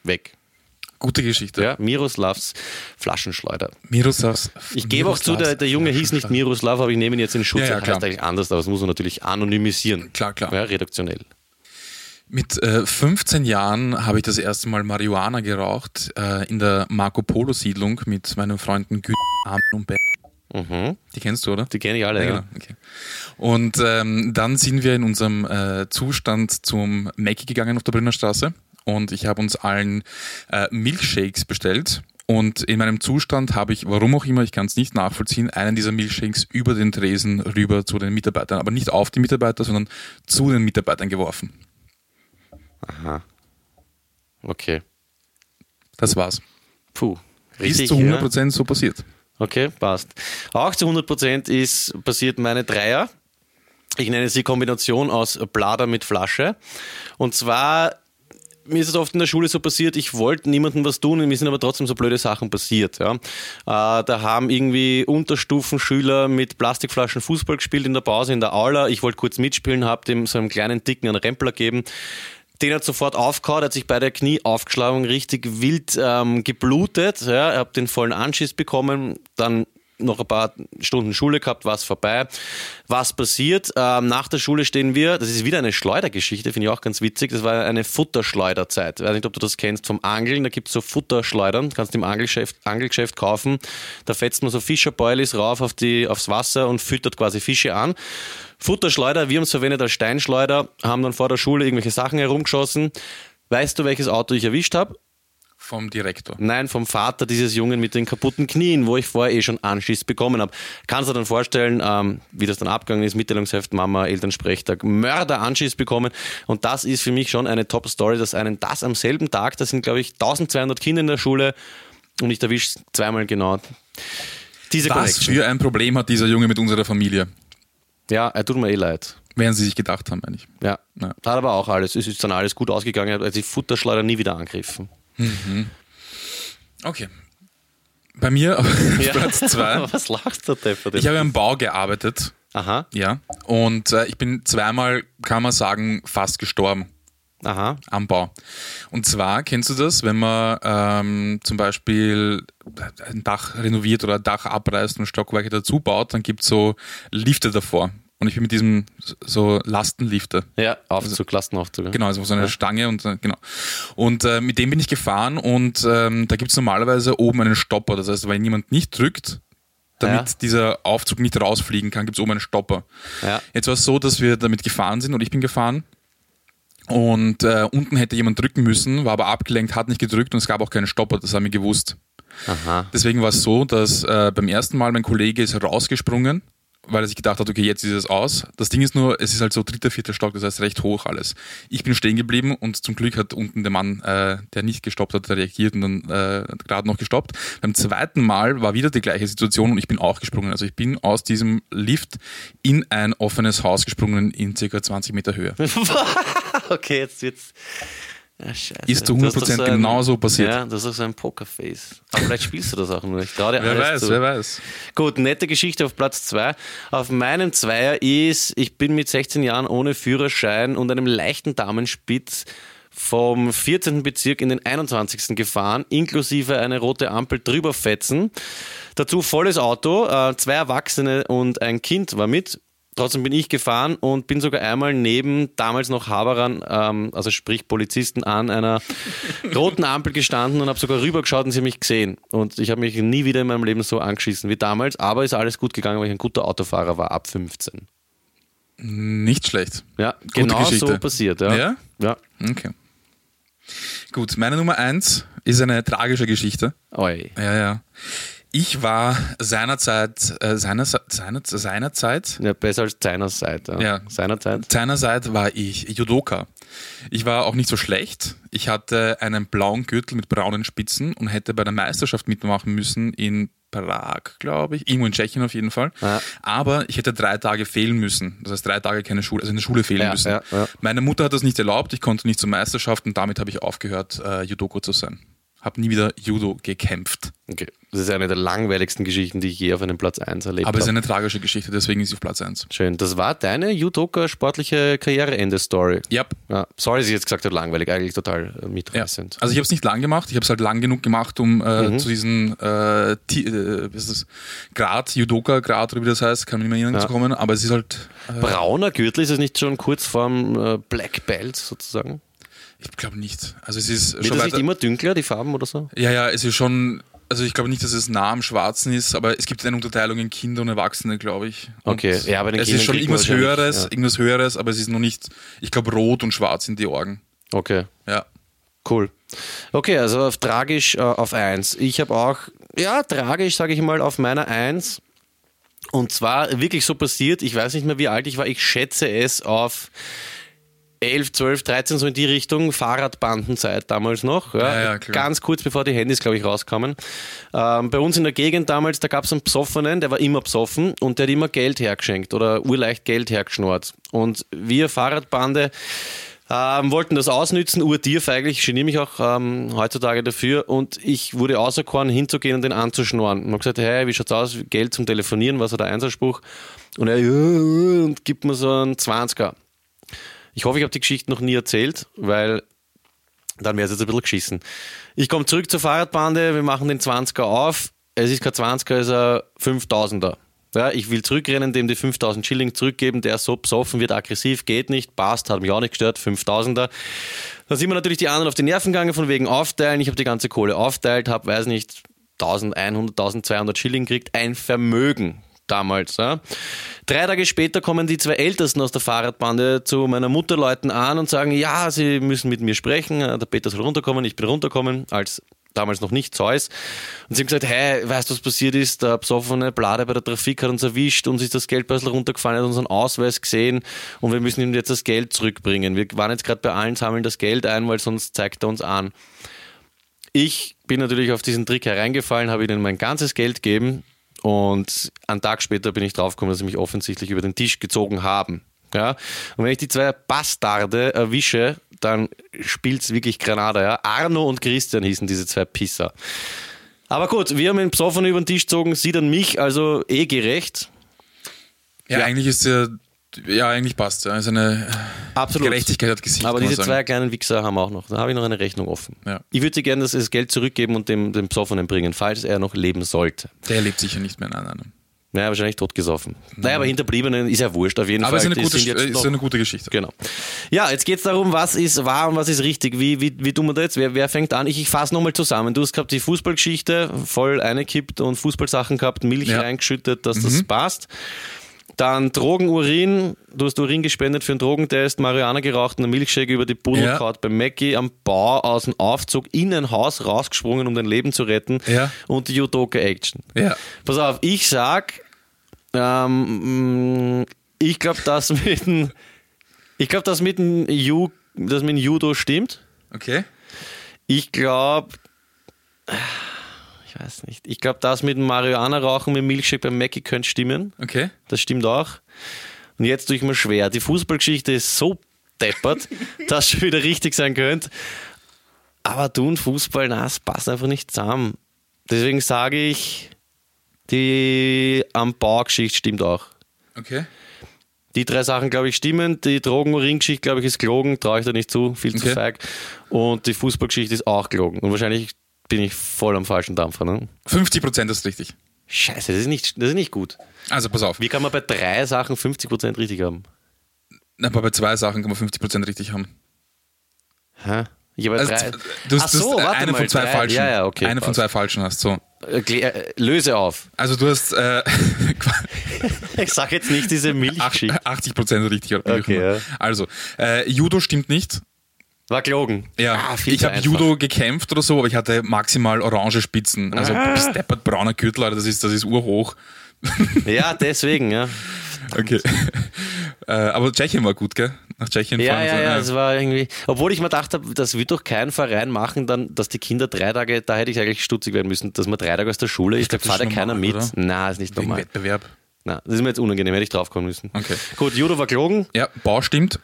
S3: weg.
S4: Gute Geschichte.
S3: Ja, Miroslavs Flaschenschleuder.
S4: Miroslavs.
S3: Ich gebe auch zu, der, der Junge hieß nicht Miroslav, aber ich nehme ihn jetzt in Schutz.
S4: Ja, ja,
S3: er
S4: klar.
S3: heißt eigentlich anders, aber das muss man natürlich anonymisieren.
S4: Klar, klar.
S3: Ja, redaktionell.
S4: Mit äh, 15 Jahren habe ich das erste Mal Marihuana geraucht äh, in der Marco Polo Siedlung mit meinen Freunden Güter, Armin und Ben.
S3: Mhm.
S4: Die kennst du, oder?
S3: Die kenne ich alle,
S4: Genau,
S3: ja.
S4: okay. Und ähm, dann sind wir in unserem äh, Zustand zum Mackie gegangen auf der Brünner Straße und ich habe uns allen äh, Milchshakes bestellt. Und in meinem Zustand habe ich, warum auch immer, ich kann es nicht nachvollziehen, einen dieser Milchshakes über den Tresen rüber zu den Mitarbeitern. Aber nicht auf die Mitarbeiter, sondern zu den Mitarbeitern geworfen.
S3: Okay.
S4: Das war's.
S3: Puh.
S4: Ist zu 100% so passiert.
S3: Ja? Okay, passt. Auch zu 100% ist passiert meine Dreier. Ich nenne sie Kombination aus Blader mit Flasche. Und zwar mir ist es oft in der Schule so passiert, ich wollte niemandem was tun, mir sind aber trotzdem so blöde Sachen passiert. Ja. Äh, da haben irgendwie Unterstufenschüler mit Plastikflaschen Fußball gespielt in der Pause in der Aula. Ich wollte kurz mitspielen, habe dem so einem kleinen Dicken einen Rempler gegeben. Den hat sofort aufgehauen, hat sich bei der Knieaufgeschlagung richtig wild ähm, geblutet. Ja. Ich habe den vollen Anschiss bekommen, dann noch ein paar Stunden Schule gehabt, war es vorbei. Was passiert? Ähm, nach der Schule stehen wir, das ist wieder eine Schleudergeschichte, finde ich auch ganz witzig. Das war eine Futterschleuderzeit. Ich weiß nicht, ob du das kennst vom Angeln. Da gibt es so Futterschleudern, kannst du im Angelgeschäft, Angelgeschäft kaufen. Da fetzt man so Fischerboilies rauf auf die, aufs Wasser und füttert quasi Fische an. Futterschleuder, wir haben es verwendet als Steinschleuder, haben dann vor der Schule irgendwelche Sachen herumgeschossen. Weißt du, welches Auto ich erwischt habe?
S4: Vom Direktor.
S3: Nein, vom Vater dieses Jungen mit den kaputten Knien, wo ich vorher eh schon Anschiss bekommen habe. Kannst du dir dann vorstellen, ähm, wie das dann abgegangen ist? Mitteilungsheft, Mama, Elternsprechtag, Mörder Anschiss bekommen. Und das ist für mich schon eine Top-Story, dass einen das am selben Tag, da sind glaube ich 1200 Kinder in der Schule und ich erwische zweimal genau diese
S4: Was
S3: Connection.
S4: für ein Problem hat dieser Junge mit unserer Familie?
S3: Ja, er tut mir eh leid.
S4: Während sie sich gedacht haben, meine ich.
S3: Ja,
S4: Ja.
S3: hat aber auch alles. Es ist dann alles gut ausgegangen, als die Futterschleuder nie wieder angriffen.
S4: Okay. Bei mir auf [LAUGHS]
S3: [LAUGHS]
S4: Platz 2.
S3: Was lachst du, Deppert?
S4: Ich habe am Bau gearbeitet.
S3: Aha,
S4: Ja. Und äh, ich bin zweimal, kann man sagen, fast gestorben
S3: aha.
S4: am Bau. Und zwar, kennst du das, wenn man ähm, zum Beispiel ein Dach renoviert oder ein Dach abreißt und Stockwerke dazu baut, dann gibt es so Lifte davor. Und ich bin mit diesem so Lastenlifter.
S3: Ja, Aufzug, Lastenaufzug. ja.
S4: Genau, also so eine Stange und äh, genau. Und äh, mit dem bin ich gefahren und ähm, da gibt es normalerweise oben einen Stopper. Das heißt, wenn jemand nicht drückt, damit
S3: Ja.
S4: dieser Aufzug nicht rausfliegen kann, gibt es oben einen Stopper.
S3: Ja.
S4: Jetzt war es so, dass wir damit gefahren sind und ich bin gefahren. Und äh, unten hätte jemand drücken müssen, war aber abgelenkt, hat nicht gedrückt und es gab auch keinen Stopper, das haben wir gewusst.
S3: Aha.
S4: Deswegen war es so, dass äh, beim ersten Mal mein Kollege ist rausgesprungen, weil er sich gedacht hat, okay, jetzt ist es aus. Das Ding ist nur, es ist halt so dritter, vierter Stock, das heißt recht hoch alles. Ich bin stehen geblieben und zum Glück hat unten der Mann, äh, der nicht gestoppt hat, reagiert und dann äh, hat gerade noch gestoppt. Beim zweiten Mal war wieder die gleiche Situation und ich bin auch gesprungen. Also ich bin aus diesem Lift in ein offenes Haus gesprungen in circa 20 Meter Höhe.
S3: [LAUGHS] Okay, jetzt wird's. Ah, scheiße.
S4: Ist zu
S3: Du hast doch
S4: 100%
S3: ein-
S4: genau so passiert.
S3: Ja, das ist auch so ein Pokerface. Aber vielleicht spielst du das auch nur. Ich traue dir
S4: [LAUGHS] Wer
S3: alles
S4: weiß,
S3: zu.
S4: wer weiß.
S3: Gut, nette Geschichte auf Platz 2. Auf meinem Zweier ist, ich bin mit 16 Jahren ohne Führerschein und einem leichten Damenspitz vom 14. Bezirk in den 21. gefahren, inklusive eine rote Ampel drüberfetzen. Dazu volles Auto, äh, zwei Erwachsene und ein Kind war mit. Trotzdem bin ich gefahren und bin sogar einmal neben damals noch Haberern, ähm, also sprich Polizisten, an
S4: [LAUGHS]
S3: einer roten Ampel gestanden und habe sogar rübergeschaut und sie haben mich gesehen. Und ich habe mich nie wieder in meinem Leben so angeschissen wie damals, aber ist alles gut gegangen, weil ich ein guter Autofahrer war ab 15.
S4: Nicht schlecht.
S3: Ja,
S4: Gute
S3: genau so
S4: Geschichte.
S3: passiert. Ja.
S4: Ja?
S3: ja.
S4: Okay. Gut, meine Nummer eins ist eine tragische Geschichte.
S3: Oi.
S4: Ja, ja. Ich war seinerzeit, äh, seiner, seiner, seinerzeit,
S3: Ja, besser als seinerzeit. Ja.
S4: Ja.
S3: Seinerzeit.
S4: seinerzeit war ich Judoka. Ich war auch nicht so schlecht. Ich hatte einen blauen Gürtel mit braunen Spitzen und hätte bei der Meisterschaft mitmachen müssen in Prag, glaube ich, irgendwo in Tschechien auf jeden Fall.
S3: Ja.
S4: Aber ich hätte drei Tage fehlen müssen. Das heißt, drei Tage keine Schule, also in der Schule fehlen
S3: Ja,
S4: müssen.
S3: ja, ja.
S4: Meine Mutter hat das nicht erlaubt. Ich konnte nicht zur Meisterschaft und damit habe ich aufgehört, äh, Judoko zu sein. Habe nie wieder Judo gekämpft.
S3: Okay. Das ist eine der langweiligsten Geschichten, die ich je auf einem Platz 1 erlebt
S4: Aber
S3: habe.
S4: es ist eine tragische Geschichte, deswegen ist sie auf Platz 1.
S3: Schön. Das war deine Judoka-sportliche Karriereende-Story.
S4: Ja.
S3: Ja, sorry, dass ich jetzt gesagt habe, langweilig, eigentlich total äh,
S4: Ja.
S3: mitreißend.
S4: Also ich habe es nicht lang gemacht, ich habe es halt lang genug gemacht, um äh,
S3: Mhm.
S4: zu diesem äh, Ti- äh, wie ist das? Grad, Judoka-Grad oder wie das heißt, kann man nicht mehr
S3: Ja.
S4: ja. kommen, aber es ist halt, äh,
S3: Brauner Gürtel, ist es nicht schon kurz vorm äh, Black Belt sozusagen?
S4: ich glaube nicht. Also es ist
S3: Wird
S4: schon
S3: das nicht
S4: weiter,
S3: immer dünkler, die Farben oder so?
S4: Ja, ja, es ist schon, also ich glaube nicht, dass es nah am Schwarzen ist, aber es gibt eine Unterteilung in Kinder und Erwachsene, glaube ich. Und
S3: Okay, ja, aber den
S4: Es
S3: Kindern
S4: ist schon
S3: kriegt man
S4: irgendwas
S3: wahrscheinlich,
S4: Höheres,
S3: ja.
S4: irgendwas Höheres, aber es ist noch nicht, ich glaube Rot und Schwarz sind die Orgen.
S3: Okay,
S4: Ja.
S3: cool. Okay, also auf tragisch äh, auf 1. Ich habe auch, ja, tragisch, sage ich mal, auf meiner 1. Und zwar wirklich so passiert, ich weiß nicht mehr wie alt ich war, ich schätze es auf 11, 12, 13, so in die Richtung, Fahrradbandenzeit damals noch. Ja.
S4: Ja, ja, klar.
S3: Ganz kurz bevor die Handys, glaube ich, rauskamen. Ähm, bei uns in der Gegend damals, da gab es einen Psoffenen, der war immer psoffen und der hat immer Geld hergeschenkt oder urleicht Geld hergeschnurrt. Und wir Fahrradbande ähm, wollten das ausnützen, urtief eigentlich, ich geniere mich auch ähm, heutzutage dafür und ich wurde auserkoren, hinzugehen und den anzuschnorren. Und hab gesagt, hey, wie schaut's aus, Geld zum Telefonieren, was war der Einsatzspruch? Und er, "Ja", und gibt mir so einen 20er. Ich hoffe, ich habe die Geschichte noch nie erzählt, weil dann wäre es jetzt ein bisschen geschissen. Ich komme zurück zur Fahrradbande, wir machen den 20er auf. Es ist kein 20er, es ist ein 5000er. Ja, ich will zurückrennen, dem die 5000 Schilling zurückgeben, der ist so besoffen, wird aggressiv, geht nicht, passt, hat mich auch nicht gestört, 5000er. Dann sind wir natürlich die anderen auf die Nerven gegangen, von wegen aufteilen. Ich habe die ganze Kohle aufteilt, habe, weiß nicht, 1100, 1200 Schilling gekriegt, ein Vermögen damals. Ja. Drei Tage später kommen die zwei Ältesten aus der Fahrradbande zu meiner Mutter Leuten an und sagen, ja, sie müssen mit mir sprechen, äh, der Peter soll runterkommen, ich bin runterkommen, als damals noch nicht Zeus. Und sie haben gesagt, hey, weißt du, was passiert ist? Der besoffene Blade bei der Trafik hat uns erwischt, uns ist das Geldbörsel runtergefallen, hat unseren Ausweis gesehen und wir müssen ihm jetzt das Geld zurückbringen. Wir waren jetzt gerade bei allen, sammeln das Geld ein, weil sonst zeigt er uns an. Ich bin natürlich auf diesen Trick hereingefallen, habe ihnen mein ganzes Geld gegeben und einen Tag später bin ich draufgekommen, dass sie mich offensichtlich über den Tisch gezogen haben. Ja? Und wenn ich die zwei Bastarde erwische, dann spielt's wirklich Granada. Ja? Arno und Christian hießen diese zwei Pisser. Aber gut, wir haben ihn besoffen über den Tisch gezogen, sie dann mich, also eh gerecht.
S4: Ja, eigentlich ist ja, ja, eigentlich passt. Ja. Ist eine
S3: Absolut.
S4: Gerechtigkeit hat gesiegt.
S3: Aber
S4: kann man
S3: diese
S4: sagen.
S3: zwei kleinen Wichser haben wir auch noch. Da habe ich noch eine Rechnung offen.
S4: Ja.
S3: Ich würde gerne das das Geld zurückgeben und dem, dem Besoffenen bringen, falls er noch leben sollte.
S4: Der lebt sicher nicht mehr in einem.
S3: Naja, wahrscheinlich totgesoffen. Naja, aber Hinterbliebenen ist ja wurscht, auf jeden
S4: Mhm. Aber es
S3: Fall.
S4: ist eine,
S3: Die
S4: gute,
S3: sind jetzt
S4: äh, ist
S3: noch-
S4: eine gute Geschichte.
S3: Genau. Ja, jetzt geht es darum, was ist wahr und was ist richtig. Wie, wie, wie tun wir das jetzt? Wer, wer fängt an? Ich, ich fasse nochmal zusammen. Du hast gehabt die Fußballgeschichte, voll eingekippt und Fußballsachen gehabt, Milch
S4: Ja. Mhm.
S3: reingeschüttet, dass das passt. Dann Drogenurin, du hast Urin gespendet für einen Drogentest, Marihuana geraucht, einen Milchshake über die Pudelkraut bei Mackie, am Bau aus dem Aufzug in ein Haus rausgesprungen, um dein Leben zu retten
S4: Ja.
S3: und die Judoka Action.
S4: Ja.
S3: Pass auf, ich sag, ähm, mm, ich glaube, dass [LAUGHS] mit dem, ich glaube, dass mit dem Ju, dass mit dem Judo stimmt.
S4: Okay.
S3: Ich glaube, ich weiß nicht. Ich glaube, das mit dem Marihuana rauchen mit dem Milchshake beim Mackie könnte stimmen.
S4: Okay.
S3: Das stimmt auch. Und jetzt tue ich mir schwer. Die Fußballgeschichte ist so deppert, dass schon wieder richtig sein könnte. Aber du und Fußball, na, es passt einfach nicht zusammen. Deswegen sage ich, die am Baugeschichte stimmt auch.
S4: Okay.
S3: Die drei Sachen, glaube ich, stimmen. Die Drogen-Urin-Geschichte, glaube ich, ist gelogen. Traue ich da nicht zu. Viel zu
S4: Okay.
S3: feig. Und die Fußballgeschichte ist auch gelogen. Und wahrscheinlich bin ich voll am falschen Dampfer. Ne?
S4: 50 Prozent ist richtig.
S3: Scheiße, das ist, nicht, das ist nicht gut.
S4: Also pass auf.
S3: Wie kann man bei drei Sachen 50% richtig haben?
S4: Aber bei zwei Sachen kann man 50 Prozent richtig haben.
S3: Hä? Ich habe
S4: Also,
S3: drei.
S4: du
S3: Ach
S4: hast,
S3: so,
S4: du hast
S3: warte
S4: eine
S3: mal,
S4: von zwei
S3: drei.
S4: falschen.
S3: Ja, ja, okay.
S4: eine von
S3: passt.
S4: zwei falschen hast. So.
S3: Erklär- äh, Löse auf.
S4: Also du hast äh,
S3: [LAUGHS]
S4: [LAUGHS]
S3: Ich sag jetzt nicht diese
S4: ach-
S3: Milchschicht.
S4: 80 Prozent richtig. oder wie auch
S3: Okay,
S4: immer.
S3: ja.
S4: Also äh, Judo stimmt nicht.
S3: War gelogen.
S4: äh, Ja,
S3: Ah, viel
S4: ich
S3: zu
S4: habe
S3: einfach.
S4: Judo gekämpft oder so, aber ich hatte maximal orange Spitzen. Also
S3: Ah.
S4: bis deppert brauner Gürtel, Alter, das ist, das ist urhoch.
S3: Ja, deswegen,
S4: [LAUGHS]
S3: ja. [LAUGHS]
S4: Okay. äh, aber Tschechien war gut, gell? Nach Tschechien
S3: Ja,
S4: fahren.
S3: ja, ja,
S4: so, ne?
S3: es war irgendwie. Obwohl ich mir gedacht habe, das wird doch kein Verein machen, dann, dass die Kinder drei Tage, da hätte ich eigentlich stutzig werden müssen, dass man drei Tage aus der Schule ist, da
S4: glaub, das
S3: fährt ja
S4: ist
S3: keiner mit.
S4: normal,
S3: Na, ist nicht
S4: wegen
S3: normal.
S4: Wettbewerb.
S3: Na, das ist mir jetzt unangenehm, hätte ich draufkommen müssen.
S4: Okay.
S3: Gut, Judo war gelogen.
S4: Ja, Bau stimmt.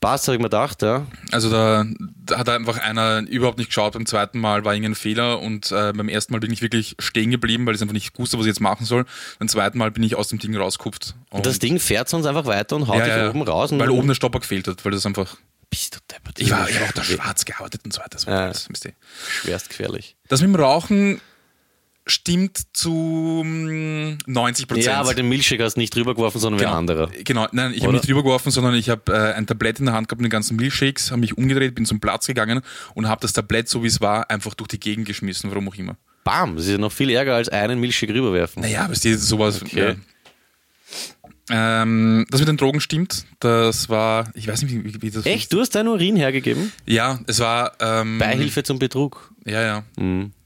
S3: Bass, habe ich mir gedacht, ja.
S4: Also da, da hat einfach einer überhaupt nicht geschaut. Beim zweiten Mal war irgendein Fehler und äh, beim ersten Mal bin ich wirklich stehen geblieben, weil ich einfach nicht wusste, was ich jetzt machen soll. Beim zweiten Mal bin ich aus dem Ding rausgekupft. Und
S3: Das Ding fährt sonst einfach weiter und haut
S4: ja,
S3: dich
S4: ja, ja.
S3: oben raus. Und
S4: Weil oben der Stopper gefehlt hat, weil das einfach.
S3: Bist du deppert.
S4: Ich war, ich war auch da schwarz gearbeitet und so weiter. Das war
S3: Ja.
S4: alles, wisst ihr.
S3: schwerst gefährlich.
S4: Das mit dem Rauchen stimmt zu mm, 90 Prozent.
S3: Ja, weil den Milchshake hast du nicht rübergeworfen, sondern
S4: genau.
S3: wer anderer.
S4: Genau, nein, ich habe
S3: Oder?
S4: nicht rübergeworfen, sondern ich habe äh, ein Tablett in der Hand gehabt mit den ganzen Milchshakes, habe mich umgedreht, bin zum Platz gegangen und habe das Tablett, so wie es war, einfach durch die Gegend geschmissen, warum auch immer.
S3: Bam, das ist ja noch viel ärger als einen Milchshake rüberwerfen.
S4: Naja, aber ist sowas.
S3: Okay.
S4: Ja. Ähm, das mit den Drogen stimmt. Das war, ich weiß nicht, wie, wie das
S3: Echt? Du hast deinen Urin hergegeben?
S4: Ja, es war. Ähm,
S3: Beihilfe Mhm. zum Betrug.
S4: Ja, ja.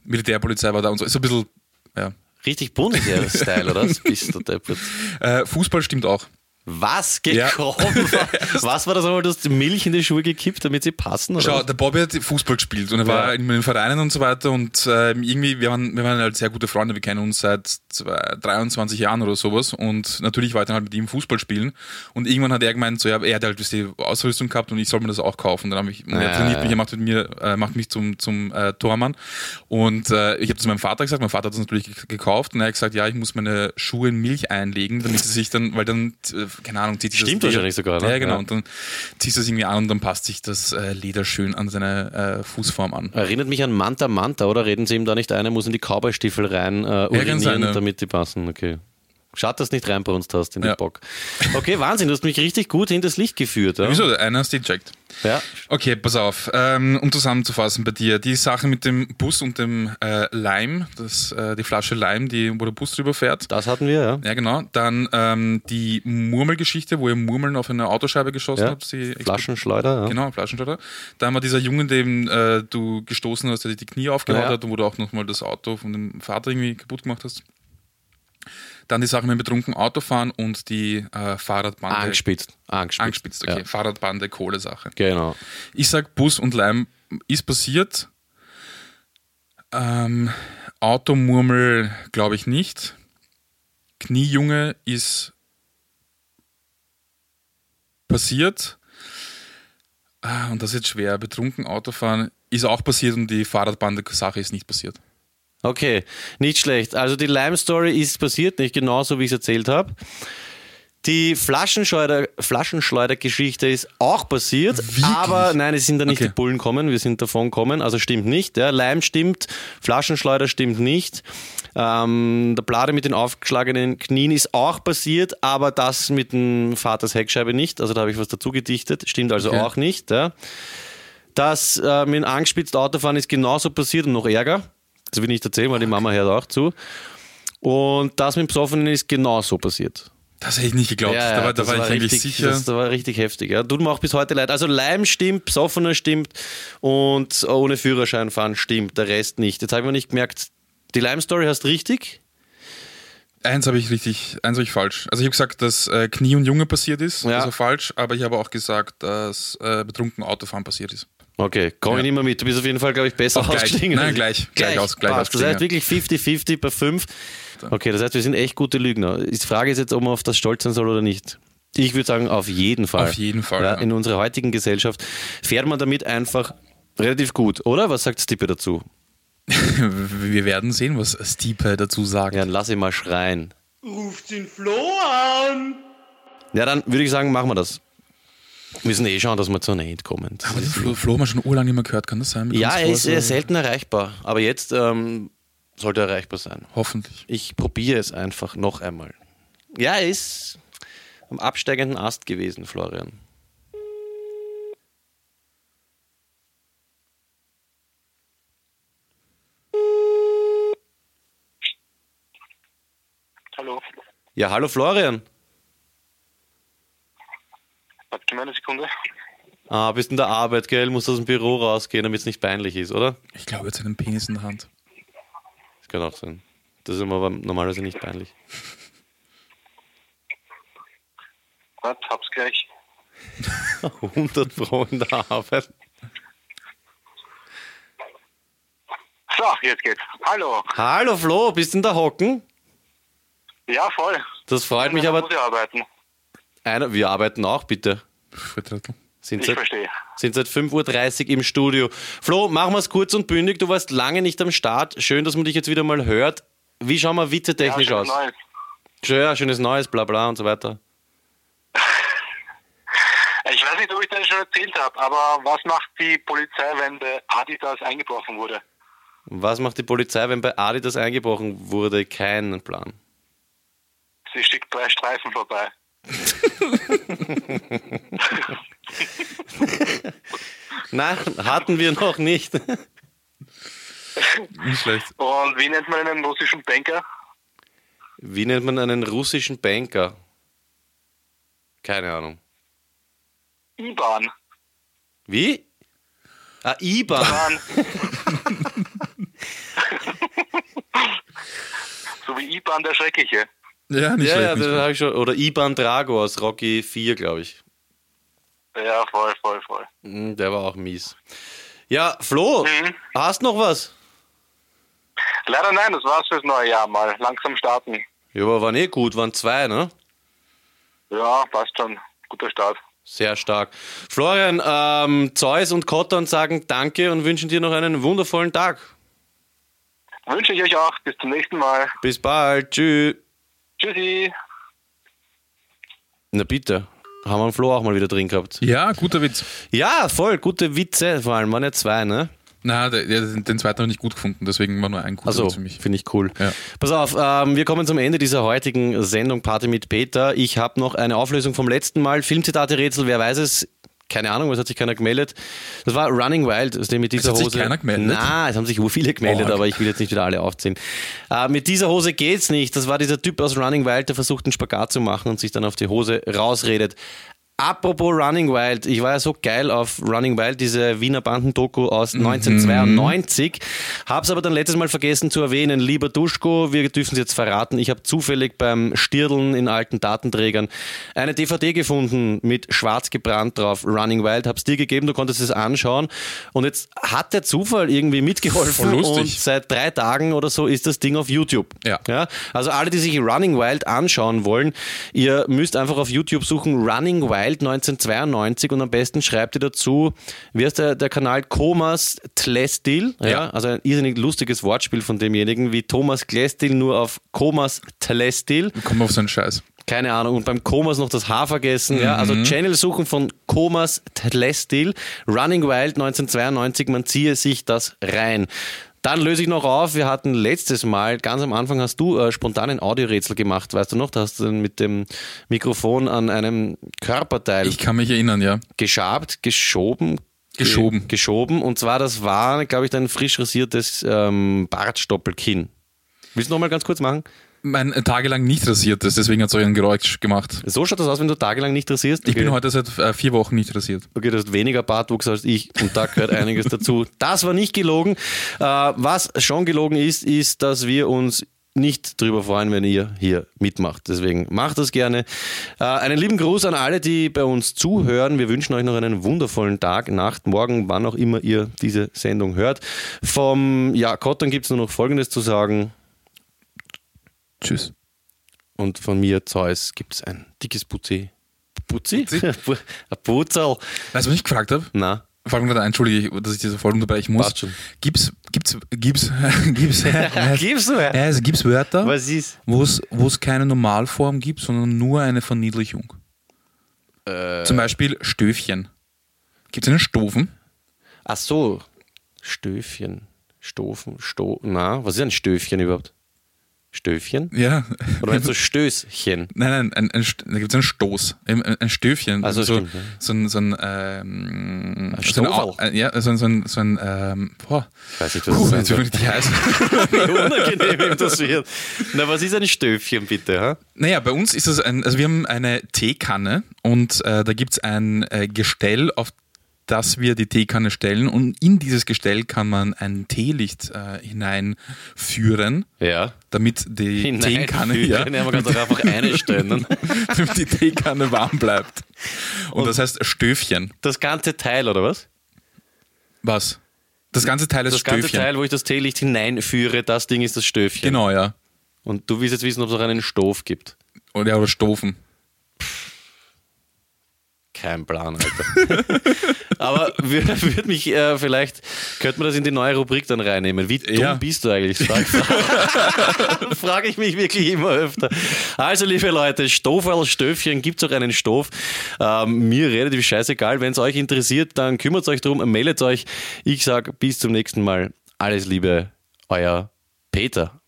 S4: Militärpolizei war da und so. Ist so ein bisschen. Ja.
S3: Richtig Bundesheer-Style, oder? Das bist du deppert.
S4: Äh, Fußball stimmt auch.
S3: Was gekommen?
S4: [LAUGHS]
S3: Was war das einmal? Du hast die Milch in die Schuhe gekippt, damit sie passen? Oder?
S4: Schau,
S3: was?
S4: der Bobby hat Fußball gespielt und er
S3: Ja.
S4: war in den Vereinen und so weiter und ähm, irgendwie, wir waren, wir waren halt sehr gute Freunde, wir kennen uns seit zwei, 23 Jahren oder sowas und natürlich war ich dann halt mit ihm Fußball spielen und irgendwann hat er gemeint, so, ja, er hat halt wisst ihr, Ausrüstung gehabt und ich soll mir das auch kaufen. Dann habe ich, und er
S3: Ja,
S4: trainiert
S3: ja.
S4: mich, er macht mit mir, äh, macht mich zum, zum äh, Tormann und äh, ich habe zu meinem Vater gesagt, mein Vater hat das natürlich gek- gekauft und er hat gesagt, ja, ich muss meine Schuhe in Milch einlegen, damit sie sich dann, weil dann, äh, keine Ahnung, zieht sich
S3: Stimmt
S4: das Leder-
S3: wahrscheinlich sogar, ne?
S4: Ja, genau.
S3: Ja.
S4: Und dann ziehst du es irgendwie an und dann passt sich das äh, Leder schön an seine äh, Fußform an.
S3: Erinnert mich an Manta Manta, oder? Reden Sie ihm da nicht ein, er muss in die Cowboy-Stiefel rein äh, urinieren,
S4: sein, ja.
S3: damit die passen. Okay. Schade, dass du nicht reinbrunst hast in den
S4: Ja.
S3: Bock. Okay, Wahnsinn, du hast mich richtig gut hinters Licht geführt. Ja?
S4: Wieso? Einer hast du gecheckt.
S3: Ja.
S4: Okay, pass auf. Ähm, um zusammenzufassen bei dir, die Sache mit dem Bus und dem äh, Leim, das, äh, die Flasche Leim, die, wo der Bus drüber fährt.
S3: Das hatten wir, ja.
S4: Ja, genau. Dann ähm, die Murmelgeschichte, wo ihr Murmeln auf eine Autoscheibe geschossen
S3: ja.
S4: habt. Die
S3: Flaschenschleuder, ja.
S4: Genau, Flaschenschleuder. Dann war dieser Junge, dem äh, du gestoßen hast, der dir die Knie aufgehauen
S3: Ja.
S4: hat und wo du auch nochmal das Auto von dem Vater irgendwie kaputt gemacht hast. Dann die Sache mit dem betrunkenen Autofahren und die äh, Fahrradbande.
S3: Angespitzt. Angespitzt.
S4: Angespitzt, okay.
S3: Ja.
S4: Fahrradbande, Kohle-Sache.
S3: Genau.
S4: Ich sag, Bus und Leim ist passiert. Ähm, Automurmel glaube ich nicht. Kniejunge ist passiert. Ah, Und das ist jetzt schwer. Betrunken Autofahren ist auch passiert und die Fahrradbande-Sache ist nicht passiert.
S3: Okay, nicht schlecht. Also die Lime-Story ist passiert, nicht genauso, wie ich es erzählt habe. Die Flaschenschleuder- Flaschenschleuder-Geschichte ist auch passiert,
S4: Wirklich?
S3: aber nein, es sind da nicht
S4: Okay.
S3: die Bullen kommen, wir sind davon kommen, also stimmt nicht. Ja. Leim stimmt, Flaschenschleuder stimmt nicht. Ähm, der Plade mit den aufgeschlagenen Knien ist auch passiert, aber das mit dem Vaters Heckscheibe nicht, also da habe ich was dazu gedichtet, stimmt also
S4: Okay.
S3: auch nicht. Ja. Das äh, mit dem angespitzt Autofahren ist genauso passiert und noch Ärger. Das will ich nicht erzählen, weil die Mama hört auch zu. Und das mit dem Psoffenen ist genauso passiert.
S4: Das hätte ich nicht geglaubt. da war, da
S3: das
S4: war ich eigentlich
S3: richtig,
S4: sicher.
S3: Das, das war richtig heftig. Ja. Tut mir auch bis heute leid. Also Leim stimmt, Psoffener stimmt und ohne Führerschein fahren stimmt, der Rest nicht. Jetzt habe ich mir nicht gemerkt, die Leim-Story hast richtig.
S4: Eins habe ich richtig, eins habe ich falsch. Also ich habe gesagt, dass äh, Knie und Junge passiert ist,
S3: Ja.
S4: also falsch, aber ich habe auch gesagt, dass äh, betrunken Autofahren passiert ist.
S3: Okay, komm ich
S4: Ja.
S3: nicht mehr mit. Du bist auf jeden Fall, glaube ich, besser
S4: Auch gleich.
S3: ausgestiegen.
S4: Nein,
S3: als ich.
S4: gleich. Gleich aus- gleich
S3: Passt. Das heißt
S4: ausgestiegen,
S3: wirklich 50-50 bei 5. Okay, das heißt, wir sind echt gute Lügner. Die Frage ist jetzt, ob man auf das stolz sein soll oder nicht. Ich würde sagen, auf jeden Fall.
S4: Auf jeden Fall,
S3: Ja,
S4: ja.
S3: In unserer heutigen Gesellschaft fährt man damit einfach relativ gut, oder? Was sagt Stippe dazu?
S4: [LAUGHS] Wir werden sehen, was Stiepe dazu sagt.
S3: Ja, dann lass ihn mal schreien. Ruf den Flo an! Ja, dann würde ich sagen, machen wir das. Wir müssen eh schauen, dass wir zu einer End kommen. Das
S4: Aber den
S3: ist-
S4: Flo, Flo haben wir schon urlang nicht mehr gehört, kann das sein? Mit
S3: Ja,
S4: uns
S3: er ist
S4: vor,
S3: eher
S4: so-
S3: selten erreichbar, aber jetzt ähm, sollte er erreichbar sein.
S4: Hoffentlich.
S3: Ich probiere es einfach noch einmal. Ja, er ist am absteigenden Ast gewesen, Florian.
S5: Hallo.
S3: Ja, hallo Florian.
S5: Warte, gib mir eine Sekunde.
S3: Ah, bist in der Arbeit, gell? Musst aus dem Büro rausgehen, damit es nicht peinlich ist, oder?
S4: Ich glaube, er hat einen Penis in der Hand.
S3: Das kann auch sein. Das ist immer aber normalerweise nicht peinlich. [LAUGHS]
S5: Warte, hab's gleich.
S3: 100 Pro in der Arbeit.
S5: So, jetzt geht's. Hallo.
S3: Hallo Flo, bist in der Hocken?
S5: Ja, voll.
S3: Das freut Halt mich
S5: Ja,
S3: aber.
S5: muss ich arbeiten.
S3: Einer, wir arbeiten auch, bitte.
S4: Vertrettel.
S3: Sind
S5: Ich
S3: seit,
S5: verstehe.
S3: sind seit 5.30 Uhr im Studio. Flo, machen wir es kurz und bündig. Du warst lange nicht am Start. Schön, dass man dich jetzt wieder mal hört. Wie schauen wir
S5: Ja,
S3: witzetechnisch
S5: schönes
S3: aus?
S5: Neues.
S3: Schön, ja, schönes Neues, bla bla und so weiter.
S5: Ich weiß nicht, ob ich das schon erzählt habe, aber was macht die Polizei, wenn der Adidas eingebrochen wurde?
S3: Was macht die Polizei, wenn bei Adidas eingebrochen wurde? Keinen Plan.
S5: Sie schickt drei Streifen vorbei.
S3: Nein, [LAUGHS] hatten wir noch nicht. [LAUGHS]
S4: Nicht schlecht.
S5: Und wie nennt man einen russischen Banker?
S3: Wie nennt man einen russischen Banker? Keine Ahnung.
S5: IBAN.
S3: Wie? Ah,
S4: [LAUGHS]
S3: IBAN. [LAUGHS]
S5: Bahn. so wie IBAN der Schreckliche.
S4: Ja, nicht
S3: Ja, ja,
S4: schlecht. nicht
S3: das
S4: schlecht.
S3: habe ich schon. Oder Iban Drago aus Rocky 4, glaube ich.
S5: Ja, voll, voll, voll.
S3: Hm, Der war auch mies. Ja, Flo, hast noch was?
S5: Leider nein, das war's fürs neue Jahr mal. Langsam starten.
S3: Ja, aber waren eh gut, waren zwei, ne?
S5: Ja, passt schon. Guter Start.
S3: Sehr stark. Florian, ähm, Zeus und Cotton sagen Danke und wünschen dir noch einen wundervollen Tag.
S5: Wünsche ich euch auch. Bis zum nächsten Mal.
S3: Bis bald. Tschüss.
S5: Tschüssi.
S3: Na bitte. Haben wir den Flo auch mal wieder drin gehabt.
S4: Ja, guter Witz.
S3: Ja, voll. Gute Witze vor allem. Waren ja zwei, ne?
S4: Na, der, der, den zweiten habe ich nicht gut gefunden, deswegen war nur ein guter
S3: Also,
S4: Witz für mich.
S3: finde ich cool.
S4: Ja.
S3: Pass auf, ähm, wir kommen zum Ende dieser heutigen Sendung Party mit Peter. Ich habe noch eine Auflösung vom letzten Mal. Filmzitate-Rätsel, wer weiß es? Keine Ahnung, es hat sich keiner gemeldet. Das war Running Wild, das mit dieser
S4: hat
S3: Hose.
S4: sich keiner gemeldet?
S3: Na, es haben sich wohl viele gemeldet,
S4: Oh,
S3: aber ich will jetzt nicht wieder alle aufziehen. Äh, mit dieser Hose geht's nicht. Das war dieser Typ aus Running Wild, der versucht, einen Spagat zu machen und sich dann auf die Hose rausredet. Apropos Running Wild, ich war ja so geil auf Running Wild, diese Wiener Bandendoku aus
S4: Mhm.
S3: 1992, hab's aber dann letztes Mal vergessen zu erwähnen. Lieber Duschko, wir dürfen es jetzt verraten, ich habe zufällig beim Stirdeln in alten Datenträgern eine DVD gefunden mit schwarz gebrannt drauf, Running Wild, hab's dir gegeben, du konntest es anschauen und jetzt hat der Zufall irgendwie mitgeholfen
S4: Voll lustig.
S3: und seit drei Tagen oder so ist das Ding auf YouTube.
S4: Ja.
S3: Ja, also alle, die sich Running Wild anschauen wollen, ihr müsst einfach auf YouTube suchen Running Wild 1992 und am besten schreibt ihr dazu, wie heißt der, der Kanal Thomas Tlestil, ja.
S4: Ja.
S3: also ein irrsinnig lustiges Wortspiel von demjenigen, wie Thomas Tlestil nur auf Thomas Tlestil,
S4: Komm auf so einen Scheiß.
S3: keine Ahnung, und beim Komas noch das H vergessen, ja,
S4: Mhm.
S3: also Channel suchen von Komas Tlestil, Running Wild 1992, man ziehe sich das rein. Dann löse ich noch auf, wir hatten letztes Mal, ganz am Anfang hast du äh, spontan ein Audiorätsel gemacht, weißt du noch, da hast du dann mit dem Mikrofon an einem Körperteil
S4: Ich kann mich erinnern, ja.
S3: geschabt, geschoben. ge-
S4: Geschoben.
S3: Geschoben. Und zwar, das war, glaube ich, dein frisch rasiertes ähm, Bartstoppelkinn. Willst du nochmal ganz kurz machen?
S4: Mein äh, tagelang nicht rasiert ist, deswegen hat es euch ein Geräusch gemacht.
S3: So schaut das aus, wenn du tagelang nicht rasierst.
S4: Ich bin
S3: Okay.
S4: heute seit äh, vier Wochen nicht rasiert.
S3: Okay, du hast weniger Bartwuchs als ich und da gehört einiges dazu. Das war nicht gelogen. Äh, was schon gelogen ist, ist, dass wir uns nicht drüber freuen, wenn ihr hier mitmacht. Deswegen macht das gerne. Äh, einen lieben Gruß an alle, die bei uns zuhören. Wir wünschen euch noch einen wundervollen Tag, Nacht, Morgen, wann auch immer ihr diese Sendung hört. Vom ja, Cotton gibt es nur noch Folgendes zu sagen
S4: Tschüss.
S3: und von mir, Zeus, gibt es ein dickes Putzi. [LAUGHS] Putzi?
S4: Putzi?
S3: Ein Putzerl.
S4: Weißt du, was ich gefragt habe?
S3: Na,
S4: Vor allem gerade entschuldige, ich, dass ich diese Folge unterbrechen muss.
S3: Passt schon.
S4: Gibt's, gibt's, gibt's, [LAUGHS] gibt's,
S3: Gib's du her.
S4: Ja, also gibt's Wörter,
S3: was ist?
S4: wo es wo es keine Normalform gibt, sondern nur eine Verniedlichung.
S3: Äh.
S4: Zum Beispiel Stöfchen. Gibt's einen Stofen?
S3: Ach so, Stöfchen, Stofen, Sto. Na, was ist ein Stöfchen überhaupt? Stöfchen?
S4: Ja.
S3: Oder [LAUGHS] meinst du Stößchen?
S4: [LAUGHS] Nein, nein, ein, ein, St- da gibt es einen Stoß, ein, ein ein Stöfchen.
S3: Also
S4: so,
S3: stimmt, ja.
S4: so ein, so ein, ähm,
S3: Ein
S4: so ein,
S3: Stoferl.
S4: Au- äh, ja, so ein, so ein, so ein ähm, boah,
S3: Weiß nicht, was
S4: Puh,
S3: das
S4: jetzt
S3: sein
S4: wird die heiß.
S3: [LAUGHS]
S4: [LAUGHS]
S3: soll. Wie unangenehm ihm das wird. Na, was ist ein Stöfchen bitte? Ha?
S4: naja, bei uns ist es ein, also wir haben eine Teekanne und äh, da gibt es ein äh, Gestell, auf das wir die Teekanne stellen und in dieses Gestell kann man ein Teelicht äh, hineinführen,
S3: Ja.
S4: damit die Teekanne,
S3: Hineinfügen. Ja, man kann doch einfach ne? eine stellen.
S4: [LAUGHS] damit die Teekanne warm bleibt. und das heißt Stöfchen.
S3: Das ganze Teil, oder was?
S4: Was? Das ganze Teil ist
S3: Das ganze
S4: Stöfchen.
S3: Teil, wo ich das Teelicht hineinführe, das Ding ist das Stöfchen.
S4: genau, ja.
S3: Und du willst jetzt wissen, ob es auch einen Stof gibt.
S4: Oder, oder Stofen.
S3: Kein Plan, Alter. [LAUGHS] Aber würde mich äh, vielleicht, könnte man das in die neue Rubrik dann reinnehmen. Wie dumm
S4: Ja.
S3: bist du eigentlich? Frag, frage ich mich wirklich immer öfter. Also, liebe Leute, Stoferl, Stöfchen, gibt's auch einen Stoff. Ähm, mir relativ scheißegal. Wenn es euch interessiert, dann kümmert euch drum, meldet euch. Ich sag bis zum nächsten Mal. Alles Liebe, euer Peter.